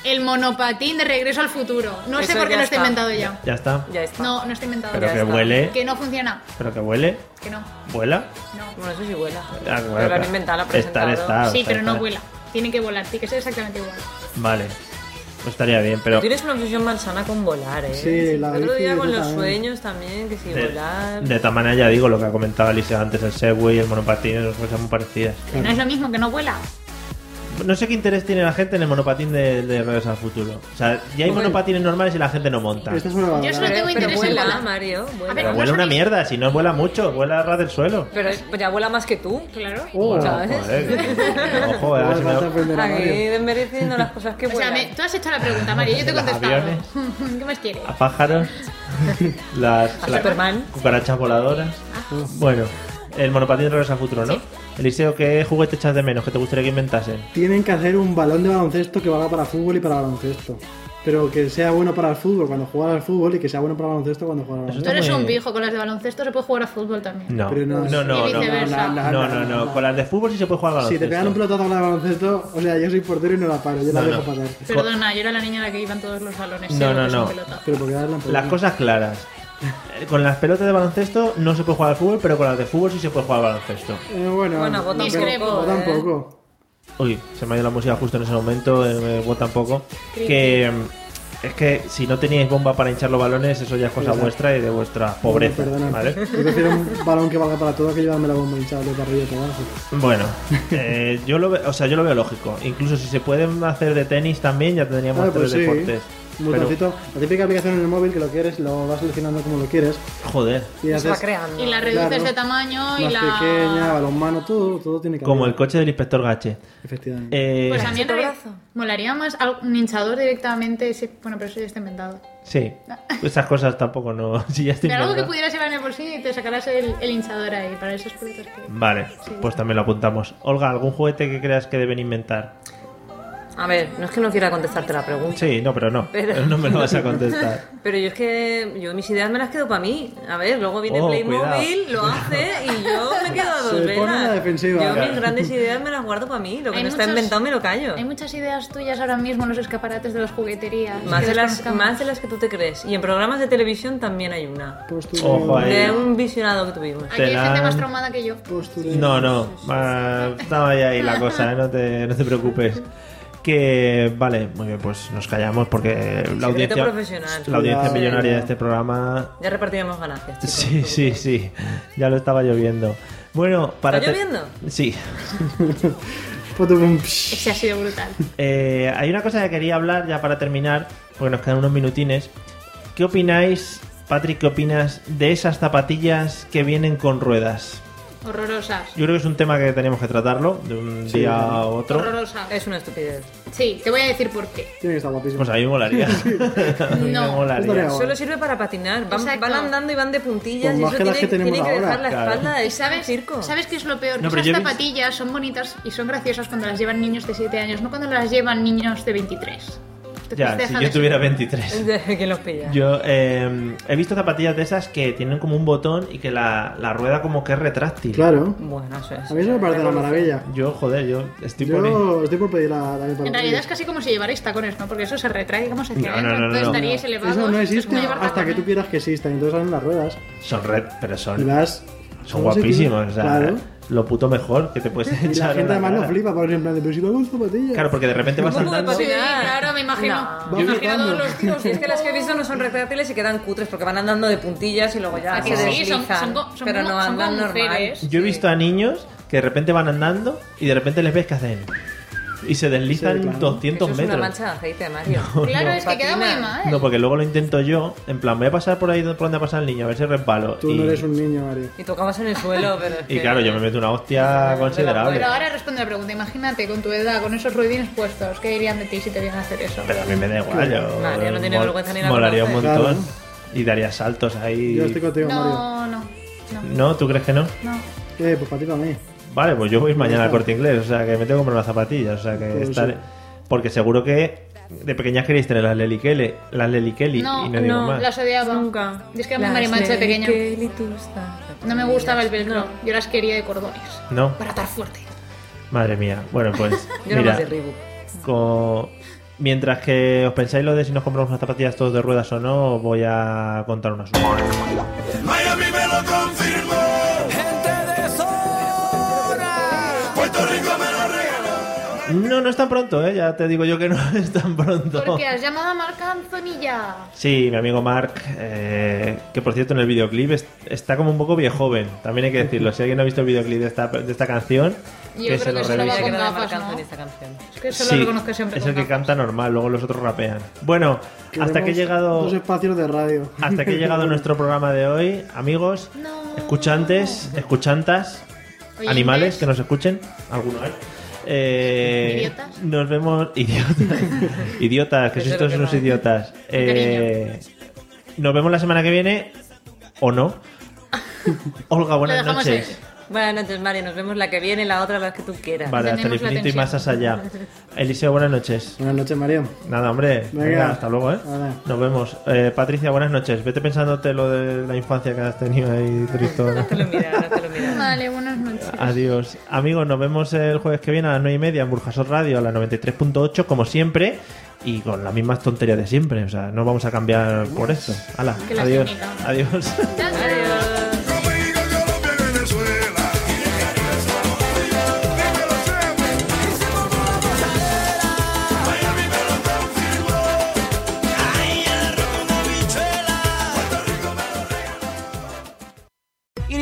Speaker 3: El monopatín de regreso al futuro. No sé
Speaker 4: Eso
Speaker 3: por qué
Speaker 4: ya
Speaker 3: no está
Speaker 4: está.
Speaker 3: inventado ya.
Speaker 1: Ya está.
Speaker 4: Ya está.
Speaker 3: No, no está inventado.
Speaker 1: Pero
Speaker 3: ya.
Speaker 1: que
Speaker 4: está.
Speaker 1: huele,
Speaker 3: Que no funciona.
Speaker 1: pero que huele,
Speaker 3: Que no.
Speaker 1: vuela.
Speaker 3: No.
Speaker 4: Bueno, eso sí vuela.
Speaker 1: Ah, bueno,
Speaker 4: pero lo han
Speaker 1: claro.
Speaker 4: inventado, lo han
Speaker 1: Estar,
Speaker 4: presentado.
Speaker 1: estar.
Speaker 3: Sí,
Speaker 1: está,
Speaker 3: pero no
Speaker 1: está.
Speaker 3: vuela. Tiene que volar. Tiene que ser exactamente igual.
Speaker 1: Vale. Pues estaría bien, pero.
Speaker 4: Tienes una obsesión malsana con volar, ¿eh?
Speaker 2: Sí, la
Speaker 4: El otro día
Speaker 2: bici
Speaker 4: con los
Speaker 2: también.
Speaker 4: sueños también, que si
Speaker 1: De,
Speaker 4: volar...
Speaker 1: de tal manera ya digo lo que ha comentado Alicia antes, el Segway, el monopatín, son cosas muy parecidas.
Speaker 3: Que no es lo mismo que no vuela.
Speaker 1: No sé qué interés tiene la gente en el monopatín de, de Regreso al Futuro. O sea, ya hay monopatines normales y la gente no monta.
Speaker 2: Esta Este es una
Speaker 3: Yo
Speaker 2: barbaridad.
Speaker 3: solo tengo
Speaker 4: pero
Speaker 3: interés en
Speaker 4: vuela,
Speaker 3: volar.
Speaker 4: Mario, vuela.
Speaker 3: A ver,
Speaker 1: Pero
Speaker 3: no
Speaker 1: vuela una
Speaker 3: sabéis-
Speaker 1: mierda, si no vuela mucho, vuela a ras del suelo.
Speaker 4: Pero pues ya vuela más que tú, claro.
Speaker 2: Oh,
Speaker 1: Bueno,
Speaker 4: ¿Sabes?
Speaker 1: joder, ojo, eh,
Speaker 2: Igual
Speaker 1: ahora se me-
Speaker 2: falta aprender a Mario.
Speaker 4: Ahí desmereciendo las cosas que
Speaker 3: O sea,
Speaker 4: vuelan.
Speaker 3: me- tú has hecho la pregunta, Mario. Yo te he
Speaker 1: Los
Speaker 3: contestado.
Speaker 1: aviones. Ah,
Speaker 3: ¿Qué más quieres?
Speaker 1: a pájaros, las,
Speaker 4: A
Speaker 1: las
Speaker 4: Superman.
Speaker 1: cucarachas voladoras. Bueno, el monopatín de Regreso al Futuro, ¿no? Eliseo, ¿qué juguete echas de menos que te gustaría que inventasen?
Speaker 2: Tienen que hacer un balón de baloncesto que valga para fútbol y para baloncesto. Pero que sea bueno para el fútbol cuando jugar al fútbol y que sea bueno para el baloncesto cuando jugar al
Speaker 1: Eso
Speaker 2: baloncesto.
Speaker 3: Tú eres
Speaker 1: muy-
Speaker 3: un viejo con las de baloncesto, se puede jugar a fútbol también.
Speaker 1: No,
Speaker 2: Pero
Speaker 1: no,
Speaker 2: no es-
Speaker 1: no, no.
Speaker 3: Y viceversa.
Speaker 1: No, no, no, no. Con las de fútbol sí se puede jugar al
Speaker 2: Si
Speaker 1: baloncesto.
Speaker 2: te pegan un pelotazo con la de baloncesto, o sea, yo soy portero y no la paro, yo la
Speaker 1: No,
Speaker 2: dejo
Speaker 1: no.
Speaker 2: pasar.
Speaker 3: Perdona, yo era la niña a la que iban todos los balones.
Speaker 1: Mm. No,
Speaker 3: sé lo
Speaker 1: no,
Speaker 3: que es un
Speaker 1: no.
Speaker 3: pelota.
Speaker 2: Pero porque darle la
Speaker 1: Las cosas claras. Eh, Con las pelotas de baloncesto no se puede jugar al fútbol, pero con las de fútbol sí se puede jugar al baloncesto.
Speaker 2: Eh, bueno,
Speaker 4: Bueno, vos
Speaker 2: tampoco,
Speaker 3: discrepo,
Speaker 2: vos
Speaker 4: ¿eh?
Speaker 2: tampoco.
Speaker 1: Uy, se me ha ido la música justo en ese momento, eh, vos tampoco. Que mm, es que si no teníais bomba para hinchar los balones, eso ya es cosa
Speaker 2: Claro.
Speaker 1: vuestra y de vuestra pobreza,
Speaker 2: Perdona.
Speaker 1: ¿vale?
Speaker 2: Yo prefiero un balón que valga para todo que llevarme la bomba hinchada de para arriba y para abajo.
Speaker 1: Bueno, eh, yo lo veo, o sea, yo lo veo lógico. Incluso si se pueden hacer de tenis también, ya tendríamos
Speaker 2: Ah,
Speaker 1: tres
Speaker 2: pues sí.
Speaker 1: deportes.
Speaker 2: Un botoncito. La típica aplicación en el móvil que lo quieres, lo vas seleccionando como lo quieres.
Speaker 1: Pero, joder,
Speaker 2: Y
Speaker 4: Se va
Speaker 2: haces
Speaker 4: creando.
Speaker 3: Y la reduces
Speaker 2: Claro.
Speaker 3: de tamaño y
Speaker 2: más
Speaker 3: la.
Speaker 2: pequeña, balonmano, todo, todo tiene que
Speaker 1: como el
Speaker 2: haber.
Speaker 1: coche del inspector Gache.
Speaker 2: Efectivamente.
Speaker 1: Eh,
Speaker 3: Pues a mí en
Speaker 4: Este
Speaker 3: realidad
Speaker 4: brazo.
Speaker 3: molaría más al- un hinchador directamente. ese- Bueno, pero eso ya está inventado.
Speaker 1: Sí, esas cosas tampoco no. Si ya estoy
Speaker 3: Pero algo que
Speaker 1: inventado.
Speaker 3: pudieras llevar en el bolsillo y te sacarás el, el hinchador ahí para esos productos que.
Speaker 1: Vale, pues también lo apuntamos. Olga, ¿algún juguete que creas que deben inventar?
Speaker 4: A ver, no es que no quiera contestarte la pregunta.
Speaker 1: Sí, no, pero no.
Speaker 4: Pero-
Speaker 1: No me lo vas a contestar.
Speaker 4: Pero yo es que yo mis ideas me las quedo para mí. A ver, luego viene
Speaker 1: Oh,
Speaker 4: Playmobil, lo hace y yo me quedo a dos
Speaker 2: Se pone
Speaker 4: velas.
Speaker 2: a la defensiva.
Speaker 4: Yo mis
Speaker 2: Claro.
Speaker 4: grandes ideas me las guardo para mí. Lo que
Speaker 3: Hay
Speaker 4: no está
Speaker 3: muchos-
Speaker 4: inventado me lo callo.
Speaker 3: Hay muchas ideas tuyas ahora mismo en los escaparates de las jugueterías.
Speaker 4: Más
Speaker 3: que
Speaker 4: de, las,
Speaker 3: desconozcamos.
Speaker 4: más de las que tú te crees. Y en programas de televisión también hay una.
Speaker 2: Postureo,
Speaker 1: Ojo eh. ahí.
Speaker 4: De un visionado que tuvimos.
Speaker 3: Aquí hay
Speaker 1: Te
Speaker 3: gente
Speaker 1: dan-
Speaker 3: más traumada que yo.
Speaker 2: postureo.
Speaker 1: No, no. ah, Estaba ya ahí la cosa, ¿eh? no, te, no te preocupes. Que vale, muy bien, pues nos callamos porque la audiencia,
Speaker 4: profesional.
Speaker 1: la audiencia
Speaker 2: Cuidado.
Speaker 1: millonaria de este programa.
Speaker 4: Ya repartiremos ganancias.
Speaker 2: este
Speaker 4: chicos.
Speaker 1: Sí, sí, sí. Ya lo estaba lloviendo. Bueno, para.
Speaker 4: ¿Está
Speaker 1: te-
Speaker 4: lloviendo?
Speaker 1: Sí.
Speaker 2: Potum, Pues psh.
Speaker 3: Ese ha sido brutal.
Speaker 1: Eh, hay una cosa que quería hablar ya para terminar, porque nos quedan unos minutines. ¿Qué opináis, Patrick, qué opinas de esas zapatillas que vienen con ruedas?
Speaker 3: Horrorosas.
Speaker 1: Yo creo que es un tema que tenemos que tratarlo de un día a otro.
Speaker 3: Horrorosas.
Speaker 4: Es una estupidez.
Speaker 3: Sí, te voy a decir por qué.
Speaker 2: Tiene que estar guapísimo.
Speaker 1: Pues a mí me molaría. A mí me
Speaker 3: No.
Speaker 1: molaría.
Speaker 2: Estaría guay.
Speaker 4: Solo sirve para patinar. Van,
Speaker 3: Exacto.
Speaker 4: van andando y van de puntillas.
Speaker 2: Pues
Speaker 4: y
Speaker 2: más
Speaker 4: eso
Speaker 2: que las
Speaker 4: tiene,
Speaker 2: que tenemos
Speaker 4: tienen que dejar
Speaker 2: ahora.
Speaker 4: la
Speaker 1: Claro.
Speaker 4: espalda.
Speaker 3: ¿Y
Speaker 4: Es un
Speaker 3: sabes,
Speaker 4: circo.
Speaker 3: ¿Sabes qué es lo peor?
Speaker 1: No,
Speaker 3: Que
Speaker 1: pero yo
Speaker 3: esas
Speaker 1: he visto-
Speaker 3: zapatillas son bonitas y son graciosas cuando las llevan niños de 7 años, no cuando las llevan niños de 23. Entonces,
Speaker 1: Ya,
Speaker 3: deja
Speaker 1: si
Speaker 3: de
Speaker 1: yo
Speaker 3: ser-
Speaker 1: tuviera 23.
Speaker 4: ¿Quién los pilla?
Speaker 1: Yo eh, he visto zapatillas de esas que tienen como un botón y que la, la rueda como que es retráctil.
Speaker 2: Claro.
Speaker 4: Bueno, eso es.
Speaker 2: A mí eso me parece una maravilla.
Speaker 1: Yo, joder, yo estoy por ahí.
Speaker 2: Yo estoy por pedir la, la
Speaker 3: En realidad es casi como si llevarais tacones, ¿no? Porque eso se retrae como se
Speaker 1: No,
Speaker 3: hacia
Speaker 1: no,
Speaker 3: adentro,
Speaker 1: no, no,
Speaker 3: entonces
Speaker 1: no.
Speaker 3: estaríais elevados.
Speaker 2: Eso no
Speaker 3: entonces
Speaker 2: existe
Speaker 3: como llevar
Speaker 2: hasta que
Speaker 3: tacones.
Speaker 2: tú quieras que exista. Entonces salen las ruedas
Speaker 1: Son red, pero
Speaker 2: y
Speaker 1: son,
Speaker 2: vas.
Speaker 1: son
Speaker 2: no sé qué-
Speaker 1: guapísimos. O sea,
Speaker 2: Claro.
Speaker 1: lo puto mejor que te puedes echar.
Speaker 2: Y la
Speaker 1: a
Speaker 2: gente además
Speaker 1: cara.
Speaker 2: lo flipa, por ejemplo, de, pero si va con zapatillas.
Speaker 1: Claro, porque de repente vas
Speaker 4: ¿Cómo puede
Speaker 1: andando.
Speaker 3: Sí,
Speaker 4: pasar?
Speaker 3: claro, me imagino.
Speaker 4: No.
Speaker 2: Va
Speaker 3: Me imagino
Speaker 2: flipando.
Speaker 3: todos los tíos.
Speaker 4: Si es que las que he visto no son retráctiles y quedan cutres porque van andando de puntillas y luego ya
Speaker 3: ¿A
Speaker 4: se
Speaker 3: que sí? Son-
Speaker 4: deslizan.
Speaker 3: son co- son
Speaker 4: pero
Speaker 3: como-
Speaker 4: no
Speaker 3: son
Speaker 4: andan
Speaker 3: como
Speaker 4: normal.
Speaker 3: mujeres.
Speaker 1: Yo he visto a niños que de repente van andando y de repente les ves que hacen. Y se deslizan
Speaker 2: Sí, claro.
Speaker 4: Eso
Speaker 1: 200
Speaker 4: es una
Speaker 1: metros.
Speaker 4: mancha de aceite, Mario.
Speaker 3: Claro, es que queda muy
Speaker 4: Patina.
Speaker 3: mal.
Speaker 1: No, porque luego lo intento yo. En plan, voy a pasar por ahí por donde pasa el niño, a ver si resbalo.
Speaker 2: Tú
Speaker 1: y,
Speaker 2: no eres un niño, Mario.
Speaker 4: Y tocabas en el suelo, pero es
Speaker 1: y
Speaker 4: que-
Speaker 1: claro, yo me meto una hostia considerable.
Speaker 3: Pero ahora responde la pregunta. Imagínate con tu edad, con esos ruidines puestos, ¿qué dirían de ti si te vienen a hacer eso?
Speaker 1: Pero a mí me da igual. Yo
Speaker 4: Mario no tiene vergüenza ni la
Speaker 1: Molaría un
Speaker 4: conoce.
Speaker 1: montón.
Speaker 2: Claro.
Speaker 1: Y daría saltos ahí.
Speaker 2: Yo estoy contigo, Mario.
Speaker 3: No, no.
Speaker 1: ¿No? ¿Tú crees que no?
Speaker 3: No.
Speaker 2: Eh, pues para ti, para mí.
Speaker 1: Vale, pues yo voy mañana al corte inglés, o sea que me tengo que comprar unas zapatillas, o sea que
Speaker 2: Pues
Speaker 1: estaré.
Speaker 2: sí.
Speaker 1: Porque seguro que de pequeñas queréis tener las Lelikele, las Lelikeli
Speaker 3: No,
Speaker 1: y no digo
Speaker 4: no,
Speaker 1: más.
Speaker 3: Las odiaba.
Speaker 4: Nunca.
Speaker 3: Yo es que era muy marimacha de pequeña. No me gustaba el velcro. Yo las quería de cordones.
Speaker 1: No,
Speaker 3: Para estar fuerte.
Speaker 1: madre mía. Bueno, pues
Speaker 4: Yo era
Speaker 1: mira,
Speaker 4: más de Reebok.
Speaker 1: co- mientras que os pensáis lo de si nos compramos unas zapatillas todos de ruedas o no, os voy a contar una suma.
Speaker 5: Miami me lo confirmó. Gente de zona. Puerto Rico me lo regaló.
Speaker 1: No, no es tan pronto, ¿eh? ya te digo yo que no es tan pronto.
Speaker 3: Porque has llamado a Marc Anthony ya.
Speaker 1: Sí, mi amigo Mark, eh, que por cierto en el videoclip es- está como un poco viejo joven, también hay que decirlo. Si alguien no ha visto el videoclip de esta, de esta canción,
Speaker 3: Yo
Speaker 1: que
Speaker 3: creo
Speaker 1: se
Speaker 3: que
Speaker 1: lo
Speaker 3: se lo va a
Speaker 1: revise.
Speaker 3: con
Speaker 4: Era de Marc
Speaker 3: gafas, ¿no?
Speaker 4: Anthony esta canción.
Speaker 3: Es que solo
Speaker 1: Sí,
Speaker 3: lo conozco siempre.
Speaker 1: es
Speaker 3: con
Speaker 1: el que
Speaker 3: gafas.
Speaker 1: canta normal, luego los otros rapean. Bueno, hasta
Speaker 2: Queremos
Speaker 1: que he llegado,
Speaker 2: Dos espacios de radio.
Speaker 1: hasta que he llegado nuestro programa de hoy, amigos,
Speaker 3: No.
Speaker 1: escuchantes, escuchantas,
Speaker 3: Oyentes.
Speaker 1: animales que nos escuchen, algunos hay. Eh,
Speaker 3: Idiotas.
Speaker 1: Nos vemos idiotas, idiotas, que sois
Speaker 4: Espero
Speaker 1: todos
Speaker 4: que
Speaker 1: unos
Speaker 4: no.
Speaker 1: idiotas. Eh, nos vemos la semana que viene o no. Olga, buenas
Speaker 3: dejamos
Speaker 1: noches.
Speaker 3: ahí.
Speaker 4: Buenas noches, Mario. Nos vemos la que viene, la otra, la que tú quieras.
Speaker 1: Vale, hasta el
Speaker 3: Tenemos la
Speaker 1: infinito y
Speaker 3: tensión.
Speaker 1: más allá. Eliseo, buenas noches.
Speaker 2: Buenas noches, Mario.
Speaker 1: Nada, hombre.
Speaker 2: Venga.
Speaker 1: Venga, hasta luego, ¿eh?
Speaker 2: Vale.
Speaker 1: Nos vemos. Eh, Patricia, buenas noches. Vete pensándote lo de la infancia que has tenido ahí, tristona.
Speaker 4: Te lo miras, ahora te lo miras.
Speaker 3: Vale, buenas noches.
Speaker 1: Ah. Adiós. Amigos, nos vemos el jueves que viene a las 9 y media en Burjasot Radio a las 93.8, como siempre, y con las mismas tonterías de siempre. O sea, no vamos a cambiar por esto. Hala,
Speaker 3: Qué
Speaker 1: adiós.
Speaker 3: lastimica.
Speaker 1: Adiós.
Speaker 5: Con México, Colombia y Venezuela. Dímelo, Chemo. Miami me lo confirmó. Ay, el arroz con habichuela. Puerto Rico me lo
Speaker 10: It